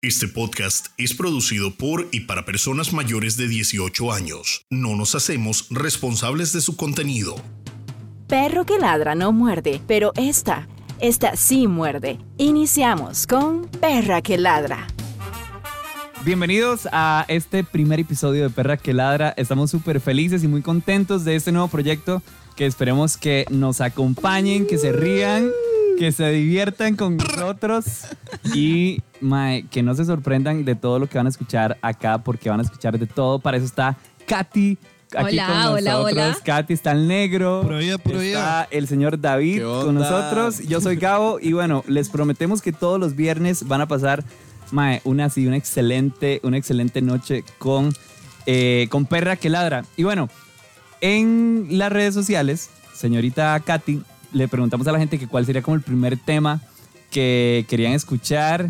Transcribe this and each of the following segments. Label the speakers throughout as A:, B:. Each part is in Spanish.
A: Este podcast es producido por y para personas mayores de 18 años. No nos hacemos responsables de su contenido.
B: Perro que ladra no muerde, pero esta, esta sí muerde. Iniciamos con Perra que ladra.
C: Bienvenidos a este primer episodio de Perra que Ladra. Estamos súper felices y muy contentos de este nuevo proyecto que esperemos que nos acompañen, que se rían, que se diviertan con nosotros y mae, que no se sorprendan de todo lo que van a escuchar acá porque van a escuchar de todo. Para eso está Katy. Aquí
D: Hola,
C: con
D: hola,
C: nosotros.
D: hola.
C: Katy está el negro.
E: Pura vida, pura
C: está
E: vida.
C: el señor David
E: ¿Qué
C: con
E: onda?
C: nosotros. Yo soy Gabo y bueno, les prometemos que todos los viernes van a pasar mae, una así, una excelente, una excelente noche con, eh, con Perra que Ladra. Y bueno, en las redes sociales, señorita Katy, le preguntamos a la gente que cuál sería como el primer tema que querían escuchar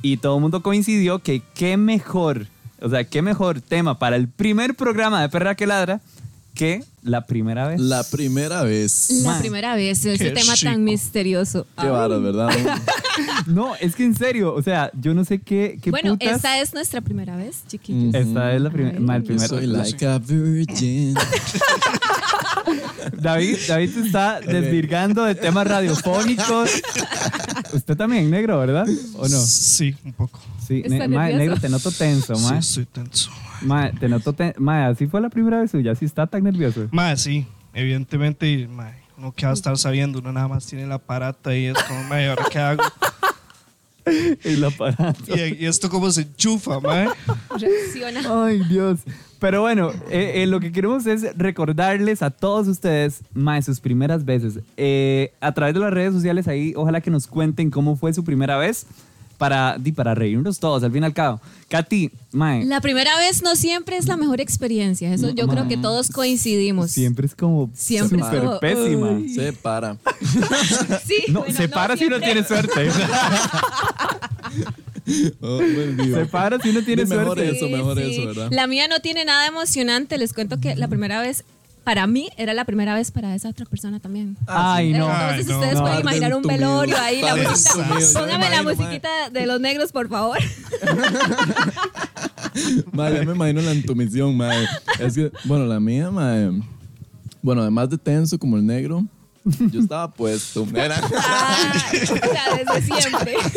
C: y todo el mundo coincidió que qué mejor, o sea, qué mejor tema para el primer programa de Perra que Ladra que la primera vez.
E: La primera vez.
D: La
C: Man,
D: primera vez, ese
E: qué
D: tema
E: chico.
D: tan misterioso.
E: Qué
D: Ah.
E: bárbaro, ¿verdad?
C: No, es que en serio, o sea, yo no sé qué, qué
D: bueno,
C: putas-
D: esta es nuestra primera vez, chiquillos.
E: Mm.
C: Esta es la
D: Ay,
C: primera.
E: Yo
D: yo
E: soy like a virgin.
C: David, David se está desvirgando de temas radiofónicos. Usted también, negro, ¿verdad? ¿O no?
F: Sí, un poco.
C: Sí,
D: ¿Está
C: ne- mae,
D: nervioso?
C: negro, te noto tenso,
F: Sí,
C: mae.
F: estoy tenso.
C: Mae, te noto tenso. Mae, así fue la primera vez suya, así está tan nervioso.
F: Mae, sí, evidentemente, y, mae, uno que va a
E: Mm.
F: estar sabiendo, uno nada más tiene el aparato y es como, mae, ¿ahora qué hago?
C: Y la parada.
F: Y, y esto cómo se enchufa, mae.
D: Reacciona.
C: Ay, Dios. Pero bueno, eh, eh, lo que queremos es recordarles a todos ustedes, mae, sus primeras veces. Eh, a través de las redes sociales ahí, ojalá que nos cuenten cómo fue su primera vez para, di, para reírnos todos, al fin y al cabo. Katy, mae,
D: La primera vez no siempre es la mejor experiencia. Eso yo creo que todos coincidimos.
C: siempre es como
D: Siempre
E: es
C: súper
D: como,
C: pésima.
E: Se para.
D: Sí,
C: No,
D: bueno,
C: se para si no
D: siempre.
C: tiene suerte.
E: Oh, buen vivo.
C: se para si no tiene
E: Mejor
C: suerte.
E: eso, mejor eso, ¿verdad?
D: La mía no tiene nada emocionante. Les cuento que la primera vez, para mí, era la primera vez para esa otra persona también.
C: Ay, no.
D: Entonces
F: Ay, no.
D: ustedes
C: No,
D: pueden
E: arde
D: imaginar
E: un
D: un
E: tumido.
D: velorio ahí, la
E: Arde un
D: musiquita.
E: tumido, yo me
D: Póngame la
E: imagino, mae.
D: musiquita de los negros, por favor.
E: Ma, ya me imagino la entumisión, ma. Es que, bueno, la mía, ma. Bueno, además de tenso como el negro, yo estaba puesto. Era-
D: Ah, o sea, desde siempre.
E: O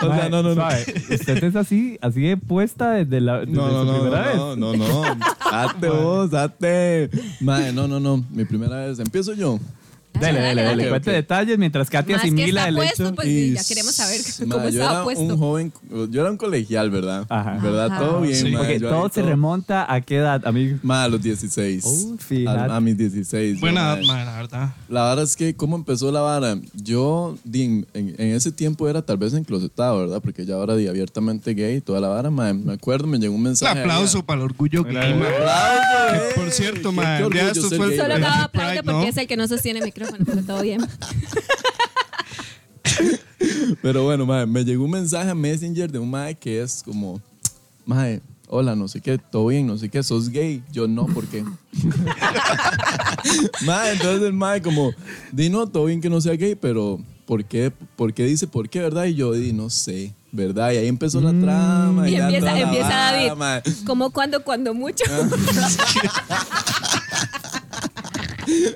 E: sea,
C: Mae,
E: no, no, no.
C: suave. Usted es así, así de puesta desde, la, desde
E: No,
C: su
E: no, no,
C: primera vez.
E: no, no, no, no. Date vos, date. Mae, no, no, no. Mi primera vez. Empiezo yo.
C: Dele, dele, dele.
E: Ok,
C: Cuente
E: ok.
C: detalles mientras Katy
D: Más que
C: asimila
D: está
C: el
D: puesto,
C: hecho.
D: Pues sí,
E: Y,
D: ya queremos saber
E: ma,
D: cómo
E: yo
D: estaba
E: era
D: puesto.
E: Un joven, yo era un colegial, ¿verdad?
C: Ajá.
E: ¿Verdad? Todo bien,
F: Sí.
E: ma,
C: Porque
E: yo ahí
C: todo se remonta a qué edad, amigo.
E: Ma, a los 16.
C: Oh, fíjate.
E: a, a mis 16. yo,
F: Buena
E: ma.
F: edad, mae, la verdad.
E: La verdad es que, ¿cómo empezó la vara? Yo, di, en, en- en ese tiempo era tal vez enclosetado, ¿verdad? Porque ya ahora di abiertamente gay, toda la vara, ma. Me acuerdo, me llegó un
F: Un
E: mensaje.
F: aplauso para el orgullo gay, mae.
E: ¡Aplauso!
F: Que,
D: eh.
F: por cierto, mae,
E: Qué- qué
F: ya
E: orgullo
F: esto
E: ser
F: fue el-
E: gay,
D: Solo
E: ¿verdad?
D: Gabo aplaude
F: Pride,
D: porque
F: ¿no?
D: es el que no sostiene micrófono, pero todo bien.
E: Pero bueno, mae, me llegó un mensaje a Messenger de un mae que es como, mae, hola, no sé qué, todo bien, no sé qué, sos gay. Yo no, ¿por qué? mae, entonces el mae como, di no, todo bien que no sea gay, pero ¿por qué? ¿Por qué dice por qué, verdad? Y yo di, no sé, ¿verdad? Y ahí empezó la trama.
D: Mm. Y
E: ya toda la
D: empieza,
E: Ah,
D: empieza
E: vara,
D: David.
E: mae.
D: Como cuando, cuando mucho.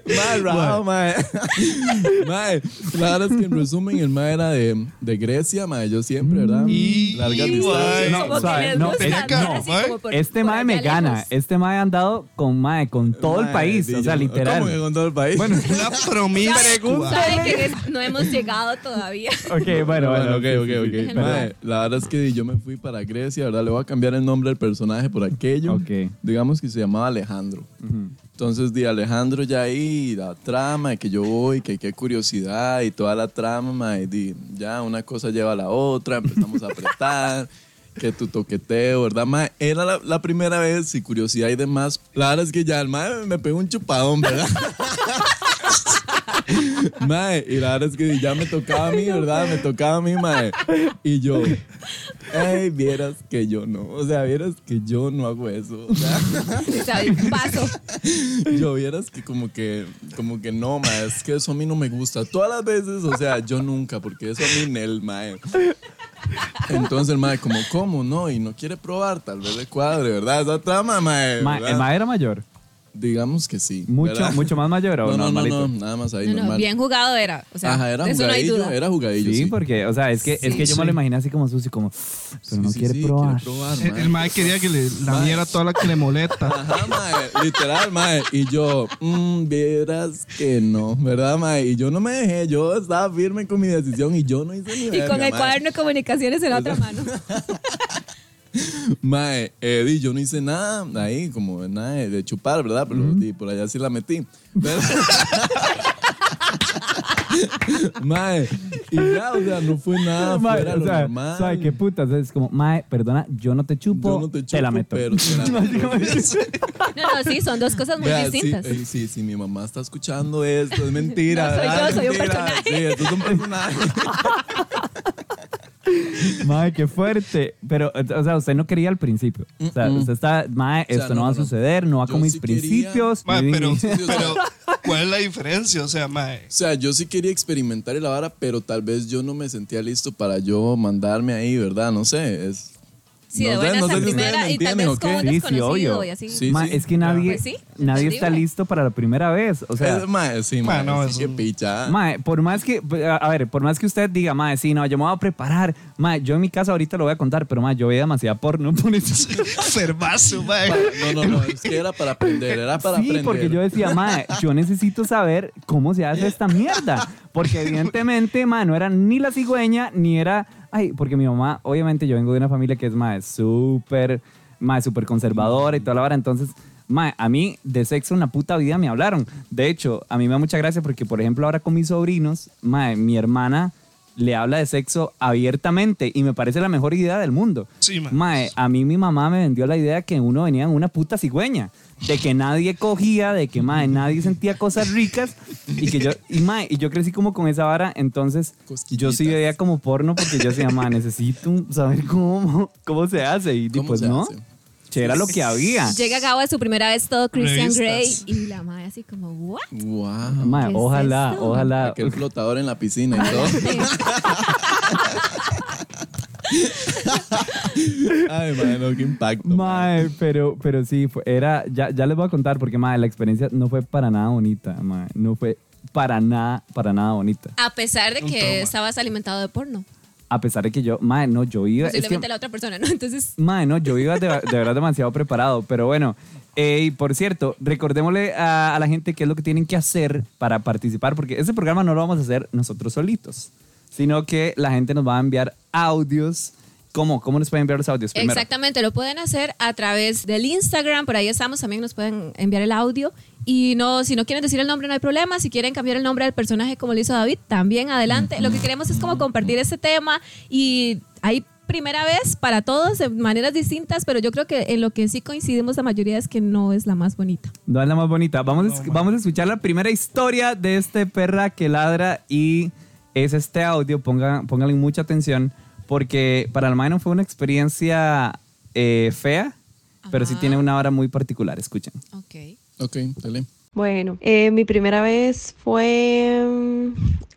E: Mae, raro, mae. Mae, la verdad es que en resumen, el mae era de, de Grecia, mae, yo siempre, ¿verdad?
F: Y-
E: Larga
F: y-
E: distancia.
F: Ay, no,
D: como que
C: suave,
D: les
C: no,
D: gusta
C: es-
D: andar
F: no,
D: así
F: ¿eh?
D: como por-
C: Este
D: por
C: mae me
D: allá
C: gana.
D: lejos.
C: Este mae ha andado con mae, con todo el
E: Mae,
C: país.
E: sí,
C: o sea,
E: yo-
C: literal.
E: ¿Cómo que con todo el país?
C: Bueno,
F: Una promiscua.
D: Sabe que es- no hemos llegado todavía.
C: ok, bueno, bueno.
E: Bueno, ok,
C: sí,
E: ok,
C: sí,
E: ok.
C: sí,
E: Mae,
C: perdón.
E: la verdad es que yo me fui para Grecia, ¿verdad? Le voy a cambiar el nombre del personaje por aquello.
C: Ok.
E: Digamos que se llamaba Alejandro. Entonces, de Alejandro ya ahí, la trama, de que yo voy, que qué curiosidad y toda la trama, mae, di, ya una cosa lleva a la otra, empezamos a apretar. Que tu toqueteo, ¿verdad, mae? Era la, la primera vez y curiosidad y demás. La verdad es que ya el mae me pegó un chupadón, ¿verdad? Mae, y la verdad es que ya me tocaba a mí, ¿verdad? Me tocaba a mí, mae. Y yo, ay, vieras que yo no. O sea, vieras que yo no hago eso. O sea,
D: O sea, un vaso.
E: yo vieras que como que, como que no, mae. Es que eso a mí no me gusta. Todas las veces, o sea, yo nunca, porque eso a mí Nel, mae. Entonces el mae, como, ¿cómo no? Y no quiere probar, tal vez le cuadre, ¿verdad? Esa trama, mae.
C: Ma-
E: ¿verdad?
C: el mae era mayor.
E: Digamos que sí.
C: Mucho,
E: ¿verdad?
C: mucho más mayor o
E: No, no, no,
C: normalito.
E: no, nada más ahí,
D: No, no,
E: normal.
D: bien jugado era. O sea,
E: Ajá, era
D: de eso no hay
E: jugadillo,
D: duda.
E: era jugadillo.
C: Sí,
E: Sí,
C: porque, o sea, es que, es que yo me lo imaginé así como sucio, como, pero no
E: Sí, sí,
C: quiere
E: sí,
C: probar.
F: El, el mae quería que le la diera toda la que le molesta.
E: Ajá, mae, literal, mae. Y yo, mm, vieras que no, ¿verdad, mae? Y yo no me dejé, yo estaba firme con mi decisión y yo no hice ni
D: Y
E: verga,
D: con el
E: mae.
D: cuaderno de comunicaciones en la otra mano.
E: Mae, eh, di, yo no hice nada ahí, como nada de de chupar, ¿verdad? Pero di, por allá sí la metí. Pero- mae, y ya, o sea, no fue nada
C: Mae,
E: fuera de lo
C: o sea,
E: normal.
C: ¿sabe qué putas? Es como, mae, perdona, yo no te chupo,
E: Yo no te chupo,
C: la meto.
E: pero te la meto.
C: Básicamente.
D: No, no, sí, son dos cosas muy
E: Vea, sí,
D: distintas.
E: eh, sí, sí, mi mamá está escuchando esto, es mentira.
D: No soy yo,
E: ¿verdad?
D: soy
E: Mentira. Sí,
D: un personaje.
E: esto es un personaje.
C: Mae, qué fuerte. Pero, o sea, usted no quería al principio. O sea, usted está, mae,
E: sea,
C: esto no,
E: no,
C: va a
E: no, no.
C: suceder, no va
E: Yo
C: con mis
E: sí quería-
C: principios.
F: Mae,
C: mi-
F: pero,
E: Sí, sí, o sea.
F: pero, ¿cuál es la diferencia? O sea, mae.
E: O sea, yo sí quería experimentar y la vara, pero tal vez yo no me sentía listo para yo mandarme ahí, ¿verdad? No sé. Es,
D: Sí,
E: no
D: de
E: sé,
D: buenas
E: no
D: a
E: sé si ustedes
D: primera
E: me
D: y tal vez
E: entienden o
D: con
E: qué.
D: un
C: Sí, sí,
D: desconocido
C: obvio.
D: y así.
E: Sí,
C: mae,
E: sí.
C: es que nadie,
D: Pues sí,
C: nadie
D: entendible.
C: está listo para la primera vez. O sea,
E: Es- mae, sí,
F: Mae,
E: mae,
F: no,
E: sí,
F: es
E: qué
F: un-
E: picha.
C: Mae, por más que, a a ver, por más que usted diga, mae, sí, no, yo me voy a preparar. Mae, yo en mi casa ahorita lo voy a contar, pero mae, yo veía demasiada porno por eso.
F: Fermazo, mae.
E: Mae, No, no, no, es que era para aprender, era para
C: sí,
E: aprender.
C: porque yo decía, mae, yo necesito saber cómo se hace esta mierda. Porque evidentemente, mae, no era ni la cigüeña, ni era. Ay, porque mi mamá, obviamente, yo vengo de una familia que es, mae, súper, mae, súper conservadora y toda la vara. Entonces, mae, a mí de sexo en la puta vida me hablaron. De hecho, a mí me da mucha gracia porque, por ejemplo, ahora con mis sobrinos, mae, mi hermana le habla de sexo abiertamente y me parece la mejor idea del mundo.
F: Sí, mae.
C: Mae, a mí mi mamá me vendió la idea que uno venía en una puta cigüeña, de que nadie cogía, de que mae, nadie sentía cosas ricas y que yo y mae, y yo crecí como con esa vara, entonces yo sí
E: Cosquillitas.
C: veía como porno porque yo decía, mae, necesito saber cómo cómo se hace y di,
E: ¿Cómo
C: pues
E: se
C: no.
E: hace?
C: Che, era lo que había.
D: Llega a cabo de su primera vez todo Christian Grey
F: Revistas.
D: y la madre así como, ¿what?
E: Wow.
C: Mae,
D: ¿Qué es
C: ojalá,
D: esto?
C: ojalá.
E: Aquel flotador en la piscina y todo. Ay, mae, no, qué impacto. mae.
C: Mae, pero, pero sí, fue- era, ya, ya les voy a contar porque mae, la experiencia no fue para nada bonita, mae, no fue para nada, para nada bonita.
D: A pesar de
F: Un trauma.
D: que estabas alimentado de porno.
C: A pesar de que yo, mae, no, yo iba, es que,
D: Posiblemente la otra persona, ¿no? Entonces,
C: mae, no, yo iba de, de verdad demasiado preparado, pero bueno. eh, y por cierto, recordémosle a, a la gente qué es lo que tienen que hacer para participar, porque ese programa no lo vamos a hacer nosotros solitos, sino que la gente nos va a enviar audios. ¿Cómo? ¿Cómo nos pueden enviar los audios? Primero.
D: Exactamente, lo pueden hacer a través del Instagram, por ahí estamos, también nos pueden enviar el audio. Y no, si no quieren decir el nombre, no hay problema. Si quieren cambiar el nombre del personaje como lo hizo David, también adelante. Lo que queremos es como compartir este tema y hay primera vez para todos de maneras distintas, pero yo creo que en lo que sí coincidimos la mayoría es que no es la más bonita.
C: No es la más bonita. Vamos, a, esc- vamos a escuchar la primera historia de este perra que ladra y es este audio. Pongan, pónganle mucha atención porque para el Mae no fue una experiencia eh, fea, pero sí tiene una hora muy particular. Escuchen.
D: Ok.
E: Ok, dale.
G: Bueno, eh, mi primera vez fue mm,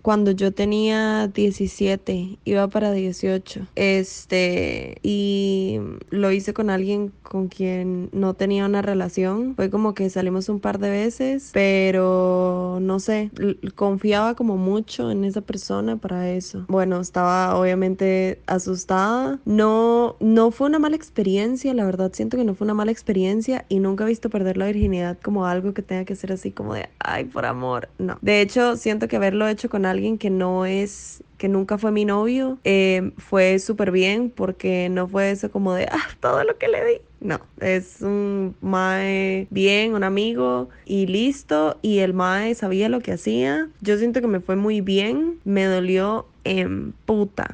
G: cuando yo tenía 17, iba para 18. Este, y lo hice con alguien con quien no tenía una relación. Fue como que salimos un par de veces, pero no sé, l- confiaba como mucho en esa persona para eso. Bueno, estaba obviamente asustada. No, no fue una mala experiencia, la verdad siento que no fue una mala experiencia y nunca he visto perder la virginidad como algo que tenga que ser así como de, ay, por amor, no. De hecho, siento que haberlo hecho con alguien que no es que nunca fue mi novio, eh, fue súper bien porque no fue eso como de, ah, todo lo que le di. No, es un mae bien, un amigo y listo. Y el mae sabía lo que hacía. Yo siento que me fue muy bien. Me dolió en puta.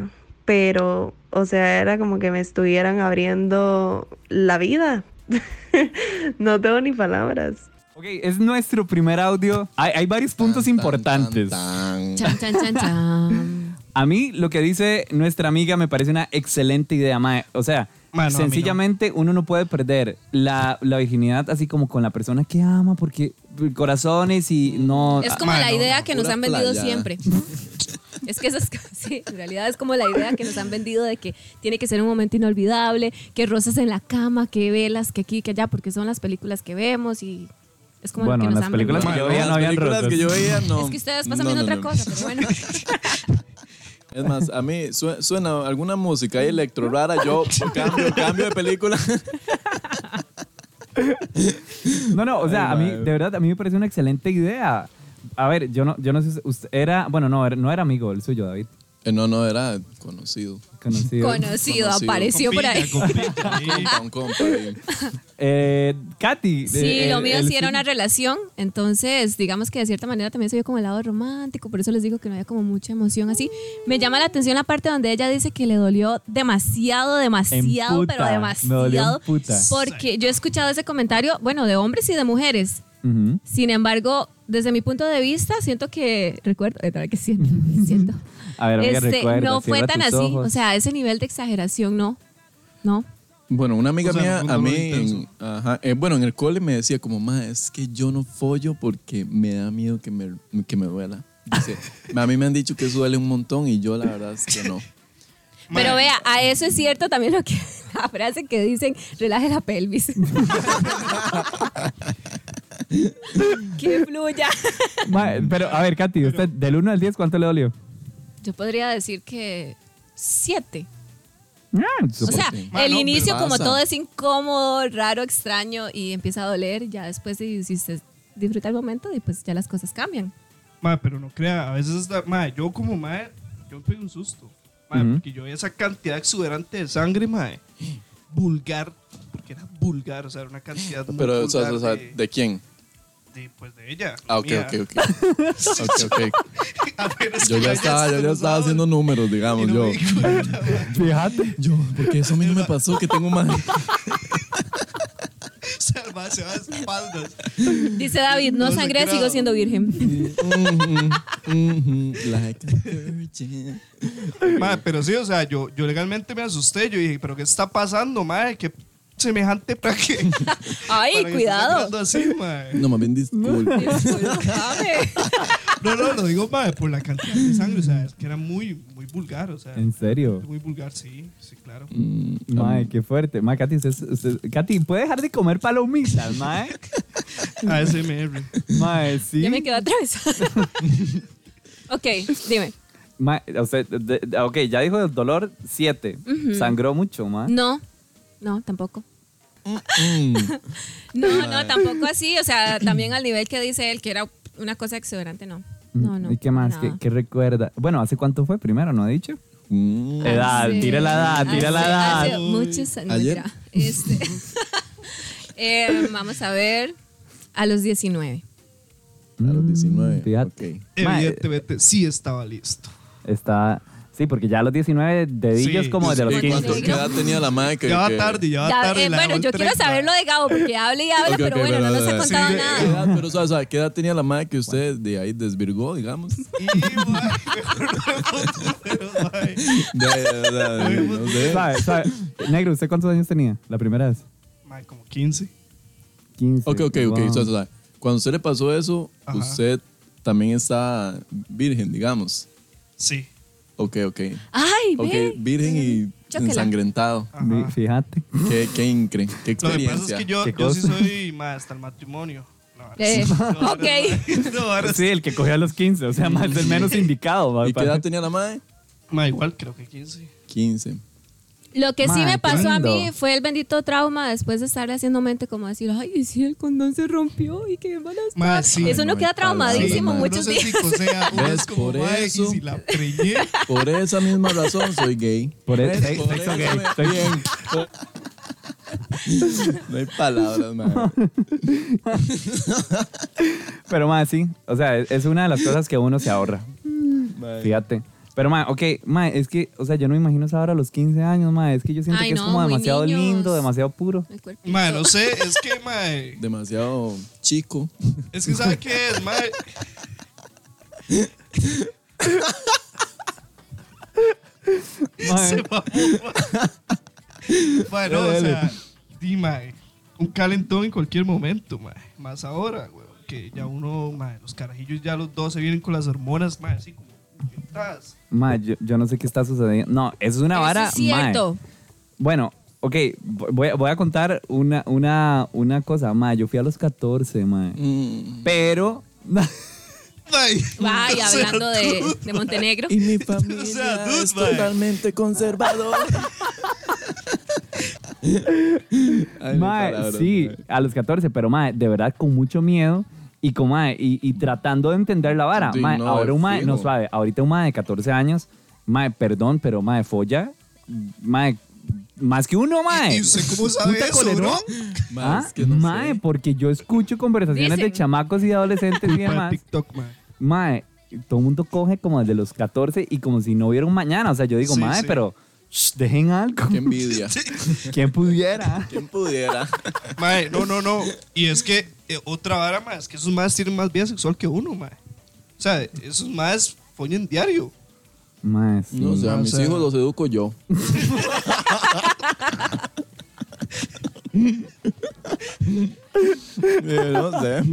G: Pero, o sea, era como que me estuvieran abriendo la vida. no tengo ni palabras.
C: Ok, es nuestro primer audio. Hay, hay varios puntos importantes.
E: Tan, tan, tan.
D: Chan, chan, chan, chan.
C: A mí lo que dice nuestra amiga me parece una excelente idea, mae. O sea,
F: Mae, no, a mí no.
C: sencillamente uno no puede perder la, la virginidad así como con la persona que ama, porque corazones y no...
D: Es como
F: Ah,
D: la
F: mano,
D: idea que nos
E: pura
D: han vendido
E: playa.
D: siempre. Es que esas cosas, sí, en realidad es como la idea que nos han vendido de que tiene que ser un momento inolvidable, que rosas en la cama, que velas, que aquí, que allá, porque son las películas que vemos y es como
C: Bueno,
D: lo que nos
C: las
D: han
C: películas
D: vendido.
C: que yo veía
E: Bueno,
C: no
E: las
C: habían
E: películas
C: rosas.
E: que yo veía no.
D: Es que ustedes pasan
E: No,
D: viendo
E: no,
D: otra
E: no.
D: cosa, pero bueno.
E: Es más, a mí su- suena alguna música ahí electro rara, yo cambio, cambio de película.
C: No, no, o sea,
E: Ay,
C: a mí,
E: mae.
C: de verdad, a mí me parece una excelente idea. A ver, yo no, yo no sé, si usted era, bueno, no, era- no era amigo el suyo, David.
E: Eh, no, no, era conocido.
D: Ah.
C: Conocido.
D: Conocido,
E: Conocido.
D: apareció por
F: Compita,
D: ahí.
F: compita, ahí.
E: Compa, un compa ahí.
C: Eh, Katy.
D: Sí,
C: eh,
D: lo mío
C: el-
D: sí era una relación, entonces digamos que de cierta manera también se vio como el lado romántico, por eso les digo que no había como mucha emoción así. Me llama la atención la parte donde ella dice que le dolió demasiado, demasiado,
C: puta,
D: pero
C: me
D: demasiado.
C: dolió en puta.
D: Porque yo he escuchado ese comentario, bueno, de hombres y de mujeres.
C: Ujú.
D: Sin embargo, desde mi punto de vista, siento que, recuerdo, eh, que siento, siento.
C: A ver, amiga,
D: Este,
C: recuerda,
D: no fue
C: cierra
D: tan
C: tus
D: así,
C: ojos.
D: o sea, ese nivel de exageración, no, no.
E: Bueno, una amiga
F: O sea,
E: mía
F: un
E: a
F: dolor
E: mí,
F: intenso.
E: en, ajá, eh, bueno, en el cole me decía como, ma, es que yo no follo porque me da miedo que me, que me duela. Dice, a mí me han dicho que eso duele un montón y yo la verdad es que no.
D: Pero vea, a eso es cierto también lo que la frase que dicen, relaje la pelvis. que fluya.
C: Mae, pero, a ver, Katy, usted, del 1 al 10, ¿cuánto le dolió?
D: Yo podría decir que siete.
C: Ah,
D: O
C: supongo.
D: sea,
E: Siete.
F: Ma,
D: el
F: no,
D: inicio
E: pero
D: como
E: pasa.
D: todo es incómodo, raro, extraño y empieza a doler. Ya después si, si usted disfruta el momento y pues ya las cosas cambian.
F: Mae, pero no crea, a veces está- mae, yo como mae, yo pegué un susto. Mae,
C: Ujú.
F: porque yo veía esa cantidad exuberante de sangre, mae. Vulgar, porque era vulgar, o sea, era una cantidad muy
E: Pero, o sea,
F: vulgar
E: o sea,
F: de,
E: ¿de quién?
F: de, pues, de ella.
E: Ah, ok,
F: mía.
E: ok, ok. Ok, ok.
F: Apenas
E: Yo
F: que
E: ya
F: la
E: estaba, yo ya estaba
F: destrozado,
E: haciendo números,
F: y
E: digamos,
F: no
E: yo.
F: me di cuenta, mae.
C: Fíjate.
E: Yo, porque eso a mí no me pasó, que tengo mal.
F: O sea, el mae se va de espaldas.
D: Dice David, no
F: No se
D: sangré,
F: crea.
D: sigo siendo virgen.
E: Mm, Like a virgin.
F: Mae, pero sí, o sea, yo, yo legalmente me asusté. Yo dije, ¿pero qué está pasando, mae? ¿Qué semejante para qué?
D: Ay, cuidado.
F: Así, mae?
E: No, más bien disculpe.
D: Disculpame.
F: No, no, lo digo, mae, por la cantidad de sangre. O sea, es que era muy, muy vulgar, o sea.
C: En serio.
F: Muy vulgar, sí, sí, claro.
E: Mm,
C: Mae, qué fuerte. Mae, Katy, usted, usted- Katy, ¿puede dejar de comer palomitas, mae?
F: ASMR.
C: Mae, sí.
D: Ya me quedo atravesada. ok, dime.
C: Mae, o sea, de- de- ok, ya dijo el dolor 7. Sangró mucho, mae.
D: No, no, tampoco.
E: mm.
D: No, no, tampoco así. O sea, también al nivel que dice él, que era una cosa exuberante, no. No, no.
C: Mm, ¿Y qué más?
D: nada.
C: ¿Qué, qué recuerda? Bueno, ¿hace cuánto fue primero? ¿No ha dicho?
E: Mm.
C: Edad,
D: Ah, Sí.
C: tira la edad,
D: Hace-
C: tira la edad.
D: hace muchos años.
E: Ayer.
D: ya. Este. Eh, vamos a ver. A los 19.
E: A los 19.
C: Fíjate.
E: ok.
C: Mae,
F: Evidentemente, sí estaba listo.
C: Está. Sí, porque ya a los 19, dedillos
F: Sí.
C: como de los
E: ¿Y cuánto,
C: 15.
E: ¿Qué edad tenía la madre que
F: Ya va
E: que-
F: tarde, ya va
D: Ya,
F: tarde.
D: eh,
F: la
D: bueno,
F: dejó
D: yo
F: el
D: quiero
F: 30.
D: saber lo de Gabo, porque habla y
E: Ok,
D: habla, pero
E: ok,
D: bueno, no
E: pero,
D: nos ha
E: eh,
D: contado
F: sí,
E: ¿Qué
D: nada.
E: edad? Pero, o sea, o sea, ¿qué edad tenía la madre que usted de ahí desvirgó, digamos?
F: Y, mae, mejor no me pongo números, mae.
E: De, de- de- de- no
F: pues,
E: sé.
C: ¿Sabe, sabe? Negro, ¿usted cuántos años tenía la primera vez?
F: Mae, como 15.
C: 15.
E: Ok, ok, ok.
C: wow.
E: O sea, o sea, cuando usted le pasó eso,
F: Ajá.
E: usted también está virgen, digamos.
F: Sí.
E: Ok, ok.
D: Ay,
E: Ok,
D: ve.
E: virgen y
D: Chóquela.
E: ensangrentado.
C: Mi- Fíjate.
E: Qué, qué incre, qué
F: Lo que
E: experiencia.
F: pasa es que yo,
C: ¿Qué
F: yo sí
C: cosa?
F: soy mae, hasta el matrimonio. No, ahora
D: Eh,
F: sí. No, ahora
D: ok.
F: sí. No, ahora sí.
C: Sí, el que cogió a los 15, o sea, más del menos indicado. va,
E: ¿Y qué
C: para-
E: edad tenía la madre?
F: Mae, igual creo que 15.
E: 15.
D: Lo que sí
C: Mae,
D: me
C: qué
D: pasó a
C: lindo.
D: mí fue el bendito trauma después de estarle haciendo mente como decir, ay, y si el condón se rompió y qué mala
F: Mae,
D: está.
F: sí,
D: Eso no
E: mae,
D: queda
E: palabra,
D: traumadísimo
E: mae.
D: muchos
F: Uno se
D: días.
F: psicosea, uno
E: ¿Ves?
F: es como,
E: Por
F: mae, y
E: eso.
F: si la preñé.
E: Por esa misma razón soy gay.
C: Por e- eso.
E: ¿Ves? Por eso me-
C: Bien.
E: No hay palabras, madre.
C: Pero más sí, o sea, es es una de las cosas que uno se ahorra.
E: Madre.
C: Fíjate. Pero, ma, ok, ma, es que, o sea, yo no me imagino esa hora a los 15 años, ma. Es que yo siento
D: Ay,
C: que es
D: no,
C: como
D: muy
C: demasiado
D: niños.
C: lindo, demasiado puro.
D: El cuerpito.
F: Mae, no sé, es que, mae.
E: Demasiado chico.
F: Es que, ¿sabe qué es, mae?
C: Ma,
F: Se mamó, mae. Mae, no, o sea, di, mae. Un calentón en cualquier momento, mae. Más ahora, güey. Que ya uno, mae, los carajillos ya los dos se vienen con las hormonas, mae, así como. pintadas.
C: ma, yo, yo no sé qué está sucediendo. No, eso es una
D: Eso
C: vara.
D: es cierto.
C: ma. Bueno, ok, voy, voy a contar una, una, una cosa, ma. Yo fui a los 14, ma.
E: Mm.
C: Pero.
F: Mae.
D: Vaya,
F: o sea,
D: hablando de, de Montenegro.
E: Y mi familia
F: O sea, dude,
E: es
F: mae.
E: totalmente conservadora. Ay, mis
C: Mae,
E: palabras,
C: sí,
E: mae.
C: a los 14, pero mae, de verdad con mucho miedo y con mae, y, y tratando de entender la vara.
E: Sí,
C: mae,
E: no,
C: ahora un mae,
E: fijo.
C: no suave, ahorita un mae de 14 años, mae, perdón, pero mae, folla, mae, más que uno, mae.
F: ¿Y usted cómo sabe
C: Puta
F: eso,
C: colerón.
F: bro?
E: Mae,
C: Ah,
E: es que no
C: mae,
E: sé.
C: porque yo escucho conversaciones de
D: Dicen.
C: chamacos y de adolescentes y
F: Mae,
C: demás.
F: TikTok, mae.
C: Mae, todo el mundo coge como desde los 14 y como si no hubiera un mañana. O sea, yo digo,
F: Sí,
C: mae,
F: sí.
C: pero shh, dejen algo.
E: Qué envidia.
C: ¿Quién pudiera?
E: ¿Quién pudiera?
F: Mae, no, no, no. Y es que eh, otra vara, mae, es que esos más tienen más vida sexual que uno, mae. O sea, esos más follen diario.
C: Mae, sí.
E: No, o sea, a
F: o
E: mis
F: sea-
E: hijos los educo yo. Eh, no sé.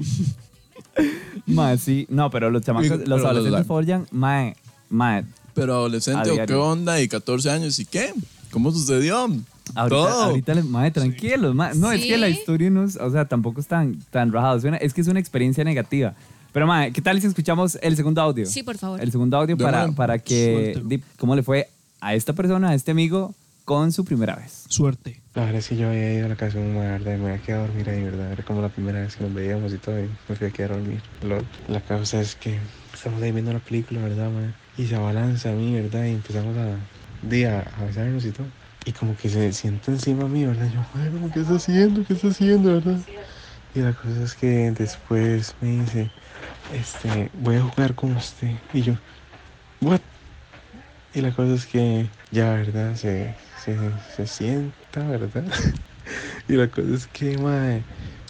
C: Mae, sí. No, pero los chamacos,
E: Pero
C: los
E: los dan.
C: adolescentes follan, mae, mae.
E: Pero
C: A
E: adolescente, ¿o ¿qué
C: diario.
E: onda? Y 14 años, ¿y qué? ¿Cómo sucedió?
C: Ahorita,
E: Todo.
C: ahorita les- mae, tranquilos, mae. No, es que la
D: Sí.
C: historia no es, o sea, tampoco es tan, tan rajado. Suena- es que es una experiencia negativa. Pero, mae, ¿qué tal si escuchamos el segundo audio?
D: Sí, por favor.
C: El segundo audio
E: De
C: para,
E: una.
C: para que,
F: Suéltelo.
C: di- ¿cómo le fue a esta persona, a este amigo, con su primera vez?
F: Suerte.
H: La verdad es que yo había ido a la casa de mi mamá, ¿verdad? Y me había quedado a dormir ahí, ¿verdad? Era como la primera vez que nos veíamos y todo, y me fui a quedar a dormir. Lo- la causa es que estamos ahí viendo una película, ¿verdad, ma? Y se abalanza a mí, ¿verdad? Y empezamos a, di, a, a besarnos y todo. Y como que se sienta encima mío, ¿verdad? Yo, bueno, ¿qué está haciendo? ¿Qué está haciendo, verdad? Y la cosa es que después me dice, este, voy a jugar con usted. Y yo, ¿what? Y la cosa es que ya, ¿verdad? Se, se, se sienta, ¿verdad? y la cosa es que, mae,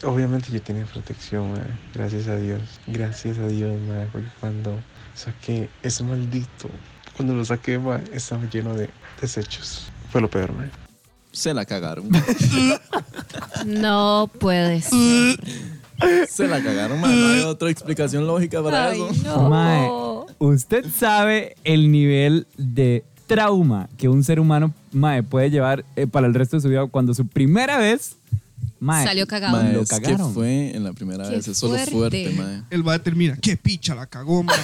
H: obviamente yo tenía protección, mae. Gracias a Dios. Gracias a Dios, mae. Porque cuando saqué ese maldito, cuando lo saqué, mae, estaba lleno de desechos. Fue lo peor, mae.
E: Se la cagaron.
D: No puedes.
E: Se la cagaron, mae. No hay otra explicación lógica para
D: Ay,
E: eso.
D: no.
C: Mae, usted sabe el nivel de trauma que un ser humano, mae, puede llevar eh, para el resto de su vida cuando su primera vez, mae,
D: Salió cagado.
E: Mae,
C: Lo
E: es que
C: cagaron.
E: fue en la primera
D: Qué
E: vez. Eso es
D: fuerte.
E: lo fuerte, mae.
F: El mae termina. ¡Qué picha la cagó, mae!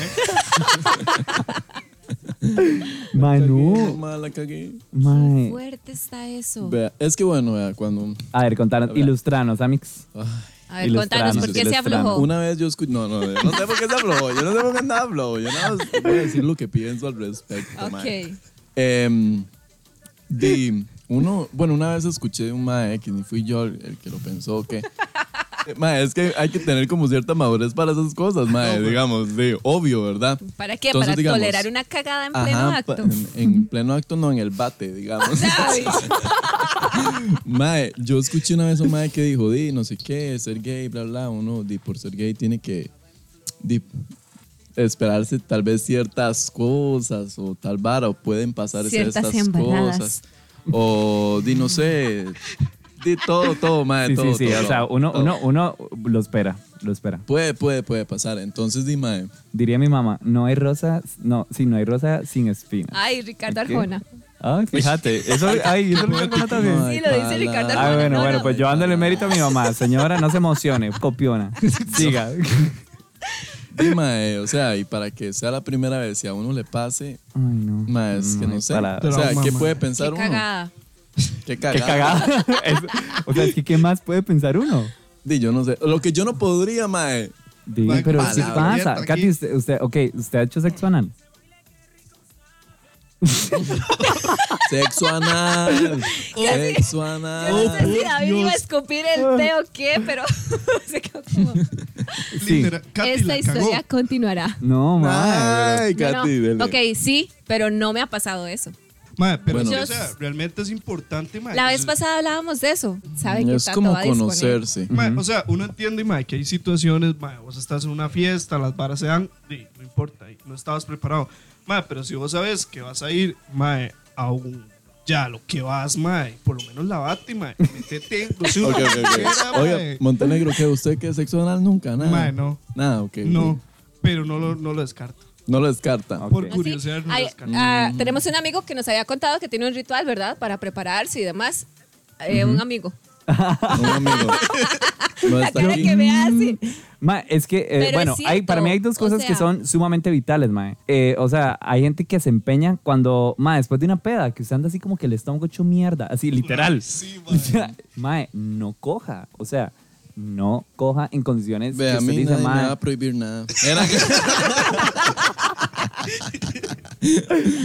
E: Cagué,
C: Manu,
E: mae, la cagué.
C: mae.
D: Fuerte está eso.
E: Vea, es que bueno, vea, cuando...
C: A ver, contanos, ilustranos, Amix.
D: A ver,
C: Ilustrando,
D: contanos por qué se
C: ilustrando.
D: aflojó.
E: Una vez yo escuché... No, no, yo no sé por qué se habló. Yo no sé por qué andaba habló. Yo nada más voy a decir lo que pienso al respecto,
D: Ok.
E: mae. Em, de uno, bueno, una vez escuché de un mae que ni fui yo el, el que lo pensó, que eh, mae, es que hay que tener como cierta madurez para esas cosas, mae, digamos, de obvio, ¿verdad?
D: ¿Para qué?
E: Entonces,
D: ¿Para
E: digamos,
D: tolerar una cagada en
E: ajá,
D: pleno
E: pa-
D: acto?
E: En, en pleno acto no en el bate, digamos.
D: Ay,
E: Mae, yo escuché una vez a un mae que dijo, di, no sé qué, ser gay, bla, bla, uno, di, por ser gay tiene que di, esperarse tal vez ciertas cosas o tal vara, o pueden pasar
D: Ciertas
E: estas
D: embanadas.
E: cosas. O, di, no sé, di todo, todo, mae,
C: Sí,
E: todo.
C: sí, sí.
E: todo,
C: O sea, uno,
E: todo.
C: uno, uno lo espera, lo espera.
E: Puede, puede, puede pasar. Entonces, di, mae,
C: Diría mi mamá, no hay rosa, no, sí, no hay rosa sin espina.
D: Ay, Ricardo
C: Ok.
D: Arjona.
C: Ay, fíjate, eso, ay, eso lo recuerdo también.
E: Ay,
D: Sí, lo dice
E: pala.
D: Ricardo Arjona.
C: Ah, bueno,
D: No,
C: bueno,
D: no.
C: pues yo dándole mérito a mi mamá. Señora, no se emocione, copiona. Siga.
E: di, mae, eh, o sea, y para que sea la primera vez y a uno le pase,
C: Ay, no.
E: mae, es que
C: Ay,
E: no sé.
C: para-
E: o sea,
F: Trauma,
E: ¿qué
F: mae.
E: puede
D: Qué
E: pensar uno?
D: cagada.
E: Qué
C: Qué
E: cagada.
C: cagada. Ah, Es- o sea, es que ¿qué más puede pensar uno?
E: Di, yo no sé. Lo que yo no podría, eh, mae.
C: Di,
F: Ay,
C: pero ¿qué
E: palabra
C: pasa?
F: abierta aquí.
C: Katy, usted, usted, ok, ¿usted ha hecho sexo anal?
E: Sexo anal. Sexo anal.
D: Yo no sé si David iba a escupir
C: Ah.
D: el teo qué, pero se quedó como,
C: Sí.
F: Literal, Katy
D: Esta
F: la cagó.
D: historia continuará.
C: No,
D: Ah,
C: madre.
E: Ay,
D: No,
E: Katy,
D: no.
E: dele.
D: Ok, sí, pero no me ha pasado eso.
F: Mae, pero
E: Bueno.
F: es que, o sea, realmente es importante, mae.
D: La
C: pues
F: que
D: vez
F: se-
D: pasada hablábamos de eso. ¿Sabe qué
E: Es
D: tanto
E: como
D: va a disponer?
E: conocerse.
F: mae, O sea, uno entiende, mae, que hay situaciones, mae, vos estás en una fiesta, las varas se dan, di, no importa, y no estabas preparado. Mae, pero si vos sabes que vas a ir, mae, a un... Ya, lo que vas, mae, por lo menos lavate, mae. Métete, no sé,
E: Ok,
F: una
E: ok, ok.
F: pulsera,
E: Oiga,
F: mae.
E: Montenegro, ¿qué? ¿Usted qué? ¿Sexo anal? Nunca, nada.
F: Mae, no.
E: Nada, ok.
F: No, pero no lo, no lo descarto.
E: No lo descarta.
C: Ok.
F: Por
D: Así,
F: curiosidad, no lo
D: hay-
F: descarto.
D: ah, tenemos un amigo que nos había contado que tiene un ritual, ¿verdad? Para prepararse y demás. Eh, Un amigo.
E: Un amigo. No
D: La
E: está
D: cara
E: aquí.
D: que me hace.
C: Mm. Ma, es que, eh,
D: Pero
C: bueno,
D: es
C: hay, para mí hay
D: cierto,
C: dos
D: o
C: cosas que
D: sea-
C: son sumamente vitales, mae. Eh, o sea, hay gente que se empeña cuando, ma, después de una peda, que usted anda así como que el estómago hecho mierda, así literal.
F: Sí,
C: O
F: mae.
C: sea, mae, no coja. O sea, no coja en condiciones
E: Ve,
C: que
E: a
C: usted
E: mí
C: dice,
E: nadie me
C: mae,
E: va a prohibir nada. Era que-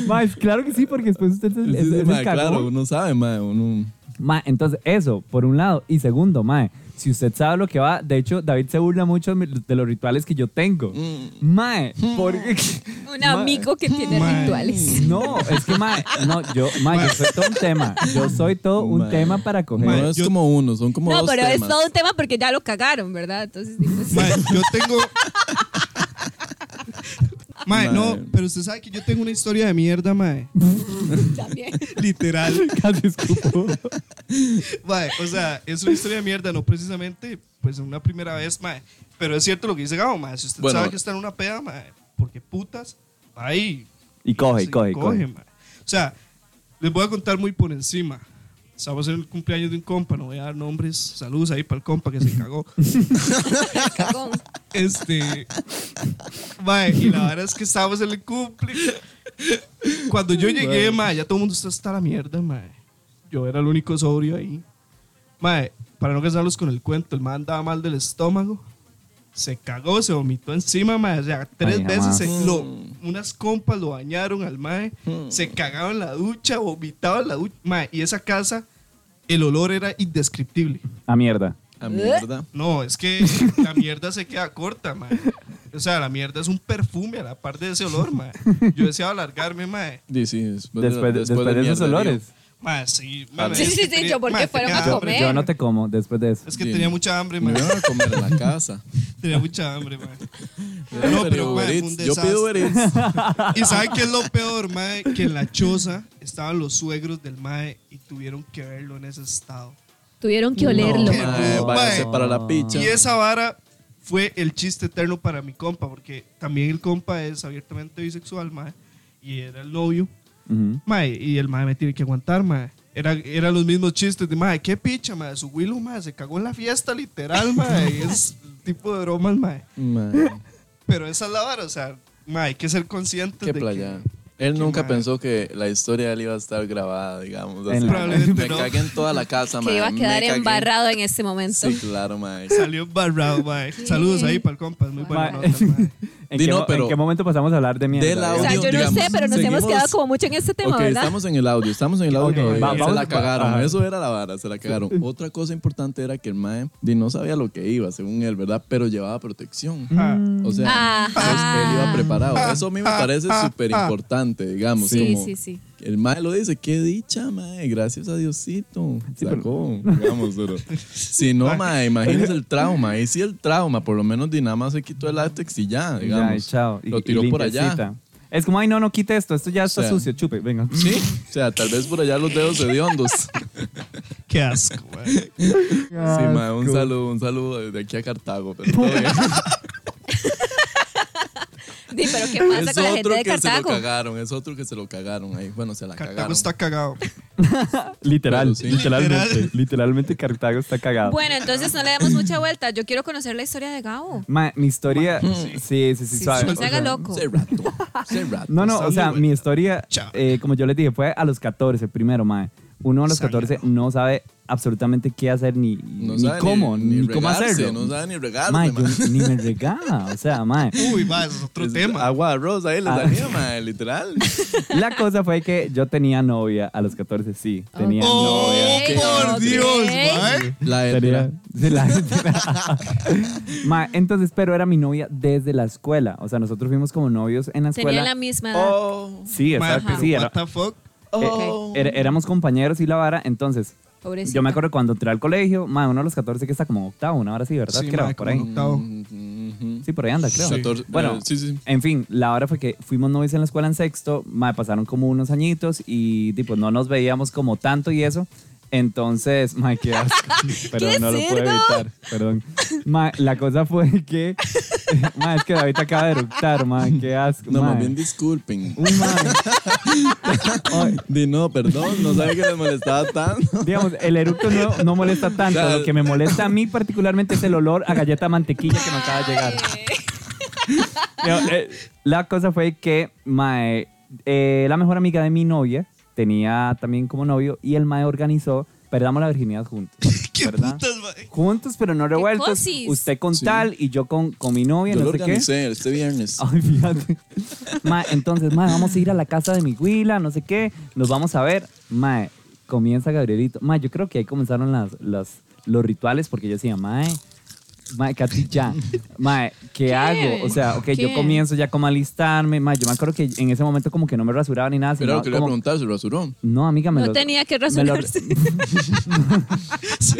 C: mae, claro que sí, porque después usted es, es-
E: Sí,
C: es el
E: mae,
C: cagón.
E: claro, uno sabe, mae, uno...
C: Ma, entonces, eso, por un lado. Y segundo, mae, si usted sabe lo que va, de hecho, David se burla mucho de mi- de los rituales que yo tengo.
E: Mm.
C: Mae, porque...
D: Un
C: Ma-
D: amigo que tiene
F: Mae.
D: rituales.
C: No, es que, mae, no, yo, mae, yo soy todo un tema. Yo soy todo un
E: Mae.
C: tema para coger.
E: no es
F: yo-
E: como uno, son como
D: No,
E: dos
D: pero es
E: temas.
D: todo un tema porque ya lo cagaron, ¿verdad? Entonces, digo, sí.
F: Mae, yo tengo. Mae, no,
E: Mae.
F: pero usted sabe que yo tengo una historia de mierda, mae.
D: también.
F: Literal.
C: Casi escupo.
F: Mae, o sea, es una historia de mierda, no precisamente, pues en una primera vez, mae. Pero es cierto lo que dice Gabo, mae. Si usted
E: Bueno.
F: sabe que está en una peda, mae, porque putas, ahí.
C: Y coge, y
F: Sí,
C: coge, y coge.
F: mae. O sea, les voy a contar muy por encima. Estamos en el cumpleaños de un compa, no voy a dar nombres. Saludos ahí para el compa que se cagó.
D: Cagón.
F: Este. Mae, y la verdad es que estábamos en el cumple. Cuando yo llegué, mae, ya todo el mundo está hasta la mierda, mae. Yo era el único sobrio ahí. Mae, para no casarlos con el cuento, el mae andaba mal del estómago. Se cagó, se vomitó encima, mae. O sea, tres
C: Ay,
F: veces
C: jamás.
F: se- lo- unas compas lo bañaron al mae. Se cagaba en la ducha, vomitaba en la ducha. Mae, y esa casa, el olor era indescriptible.
C: A mierda.
E: A mierda.
F: No, es que la mierda se queda corta, mae. O sea, la mierda es un perfume a la par de ese olor, mae. Yo deseaba alargarme, mae.
E: Sí, sí, después, de-
C: Después, de-
E: después
C: después de, esos
E: mierda,
C: olores.
F: Mae, sí, mae.
D: Sí,
F: es que
D: sí, sí,
F: tenía-
D: yo, ¿por qué
F: mae,
D: fueron
F: tenía
D: a
F: hambre.
D: comer?
C: Yo no te como después de eso.
F: Es que
E: Sí.
F: tenía mucha hambre,
E: digo. Me
F: mae.
E: van a comer en la casa.
F: Tenía mucha hambre, mae.
E: Yo
F: No,
E: pedí
F: pero,
E: Uber
F: mae, fue
E: Eats.
F: un
E: Yo pido Uber
F: desastre.
E: Eats.
F: ¿Y sabe qué es lo peor, mae? Que en la choza estaban los suegros del mae y tuvieron que verlo en ese estado.
D: Tuvieron que olerlo.
F: No.
E: Mae, váyase
F: Mae.
E: para la picha.
F: Y esa vara fue el chiste eterno para mi compa, porque también el compa es abiertamente bisexual, mae. Y era el novio.
C: Ujú.
F: Mae, y el mae me tiene que aguantar, mae. Era, eran los mismos chistes de, mae, qué picha, mae. Su Willow, mae, se cagó en la fiesta, literal, mae. Es el tipo de bromas, mae.
E: Mae,
F: Pero esa es la vara, o sea, mae, hay que ser conscientes
E: qué
F: de
E: playa.
F: que...
E: Él nunca
F: mae.
E: pensó que la historia de él iba a estar grabada, digamos.
C: En
E: así.
C: la-
F: Probablemente
E: me
F: no.
E: cagué en toda la casa, mae.
D: Que iba a
E: me
D: quedar
E: cagué.
D: embarrado en este momento.
E: Sí, claro, mae.
F: Salió barrado, mae. Saludos ahí para el compa, es muy buena
C: Mae.
F: nota, mae.
C: ¿En,
E: Di
C: qué,
E: no,
C: mo-
E: pero-
C: en qué momento pasamos a hablar de mierda?
E: Del
D: O sea,
E: audio,
D: yo no sé,
E: digamos,
D: pero nos hemos
E: seguimos-
D: quedado como mucho en este tema,
E: ok,
D: ¿verdad?
E: estamos en el audio, estamos en el audio.
C: Ok, va-
E: se
C: vamos-
E: la cagaron,
C: ajá.
E: eso era la vara, se la cagaron. Otra cosa importante era que el mae di, no sabía lo que iba, según él, ¿verdad? Pero llevaba protección.
C: Ah,
F: Ah,
E: O sea,
D: Ajá.
E: él iba preparado. Eso a mí me parece
C: Ah.
E: súper importante, digamos.
D: Sí,
E: como
D: sí, sí.
E: El mae lo dice, qué dicha, mae, gracias a Diosito. Sacó, digamos, pero. Si no, mae, imagínese el trauma. Y si el trauma, por lo menos Dinama se quitó el látex y ya, digamos.
C: Ay, chao. Y-
E: lo
C: y
E: tiró por allá.
C: limpiecita. Es como, ay, no, no quite esto. Esto ya está
E: O sea,
C: sucio. Chupe, venga.
E: Sí, o sea, tal vez por allá los dedos hediondos.
F: Qué asco, mae.
E: Sí, mae, un saludo, un saludo desde aquí a Cartago. Pero todo bien.
D: Sí, pero ¿qué pasa
E: es
D: con la gente
E: otro que
D: de
E: se lo
D: Cartago?
E: cagaron, es otro que se lo cagaron ahí. Bueno, se la
F: Cartago
E: cagaron.
F: está cagado.
C: Literal,
E: Claro, sí.
C: literalmente.
F: Literal.
C: Literalmente Cartago está cagado.
D: Bueno, entonces no le demos mucha vuelta. Yo quiero conocer la historia de Gabo.
C: Ma, mi historia, sí, sí, sí,
D: Sí,
C: suave.
D: sí, no
C: o
D: se haga
C: sea,
D: loco.
E: Se rato, se rato.
C: No, no,
F: Está
C: o sea,
F: muy
C: mi historia,
F: Chao.
C: eh, como yo les dije, fue a los 14 primero, mae. uno a los
F: Sácalo.
C: 14 no sabe absolutamente qué hacer ni,
E: No
C: ni
E: sabe
C: cómo,
E: ni-
C: ni,
E: ni
C: cómo
E: regarse,
C: hacerlo.
E: no sabe ni regarse,
C: Mae, yo
E: mae.
C: ni me regaba, o sea, mae.
F: Uy, va, ese es otro
E: Es
F: tema.
E: Agua de arroz, ahí les
C: Ah.
E: daría, mae, literal.
C: La cosa fue que yo tenía novia a los 14, sí, tenía
F: Oh,
C: novia.
F: por
D: ok.
F: Dios, mae.
E: La
C: Tenía-
E: hetra.
C: de la- de la- Ma, entonces, pero era mi novia desde la escuela. O sea, nosotros fuimos como novios en la escuela.
D: Tenía la misma edad.
E: Oh,
C: Sí,
F: Mae,
C: exacto,
F: pero
C: sí.
F: what
C: era- Eh,
F: the fuck.
E: oh.
C: era- er, éramos compañeros y la vara. Entonces,
D: Pobrecita.
C: yo me acuerdo cuando entré al colegio, ma, uno de los 14 que está como octavo, una hora sí, ¿verdad?
F: Sí,
C: creo,
F: mae,
C: por
F: como
C: ahí.
F: en octavo.
E: Mhm.
C: Sí, por ahí anda, creo.
F: Sí.
E: 14,
C: Bueno,
E: eh, sí, sí.
C: en fin, la hora fue que fuimos novios en la escuela en sexto, ma, pasaron como unos añitos y tipo no nos veíamos como tanto y eso. Entonces, ma, qué asco. Pero
D: ¡Qué
C: no lo pude
D: cerdo!
C: evitar, perdón. Ma, la cosa fue que, ma, es que David acaba de eructar, ma, qué asco.
E: No,
C: ma.
E: más bien disculpen.
C: Uy, ma. Ay,
E: Di no, perdón, no sabía que les molestaba tanto.
C: Digamos, el eructo no, no molesta tanto.
E: Claro.
C: Lo que me molesta a mí particularmente es el olor a galleta mantequilla que me acaba de llegar. Pero, eh, la cosa fue que mae, eh, la mejor amiga de mi novia tenía también como novio y el mae organizó perdamos la virginidad juntos.
F: Qué
C: ¿verdad?
F: putas, mae.
C: Juntos pero no revueltos.
D: cosis?
C: Usted con
E: Sí.
C: tal y yo con, con mi novia,
E: Yo
C: no
E: lo
C: sé qué.
E: organicé este viernes.
C: Ay, fíjate. Mae, entonces, mae, vamos a ir a la casa de mi huila, no sé qué. Nos vamos a ver. Mae, comienza Gabrielito. Mae, yo creo que ahí comenzaron las, las- los rituales porque yo decía, mae, mae, Katy, ya. Mae, ¿qué,
D: ¿Qué?
C: hago? O sea, ok, yo
D: ¿Qué?
C: comienzo ya como a alistarme. Mae, yo me acuerdo que en ese momento como que no me rasuraba ni nada.
E: Pero
C: Sino
E: quería
C: como-
E: preguntar, ¿se rasuró?
C: no, amiga, me
D: No
C: lo-
D: tenía que
C: me lo-
D: rasurarse.
F: Sí.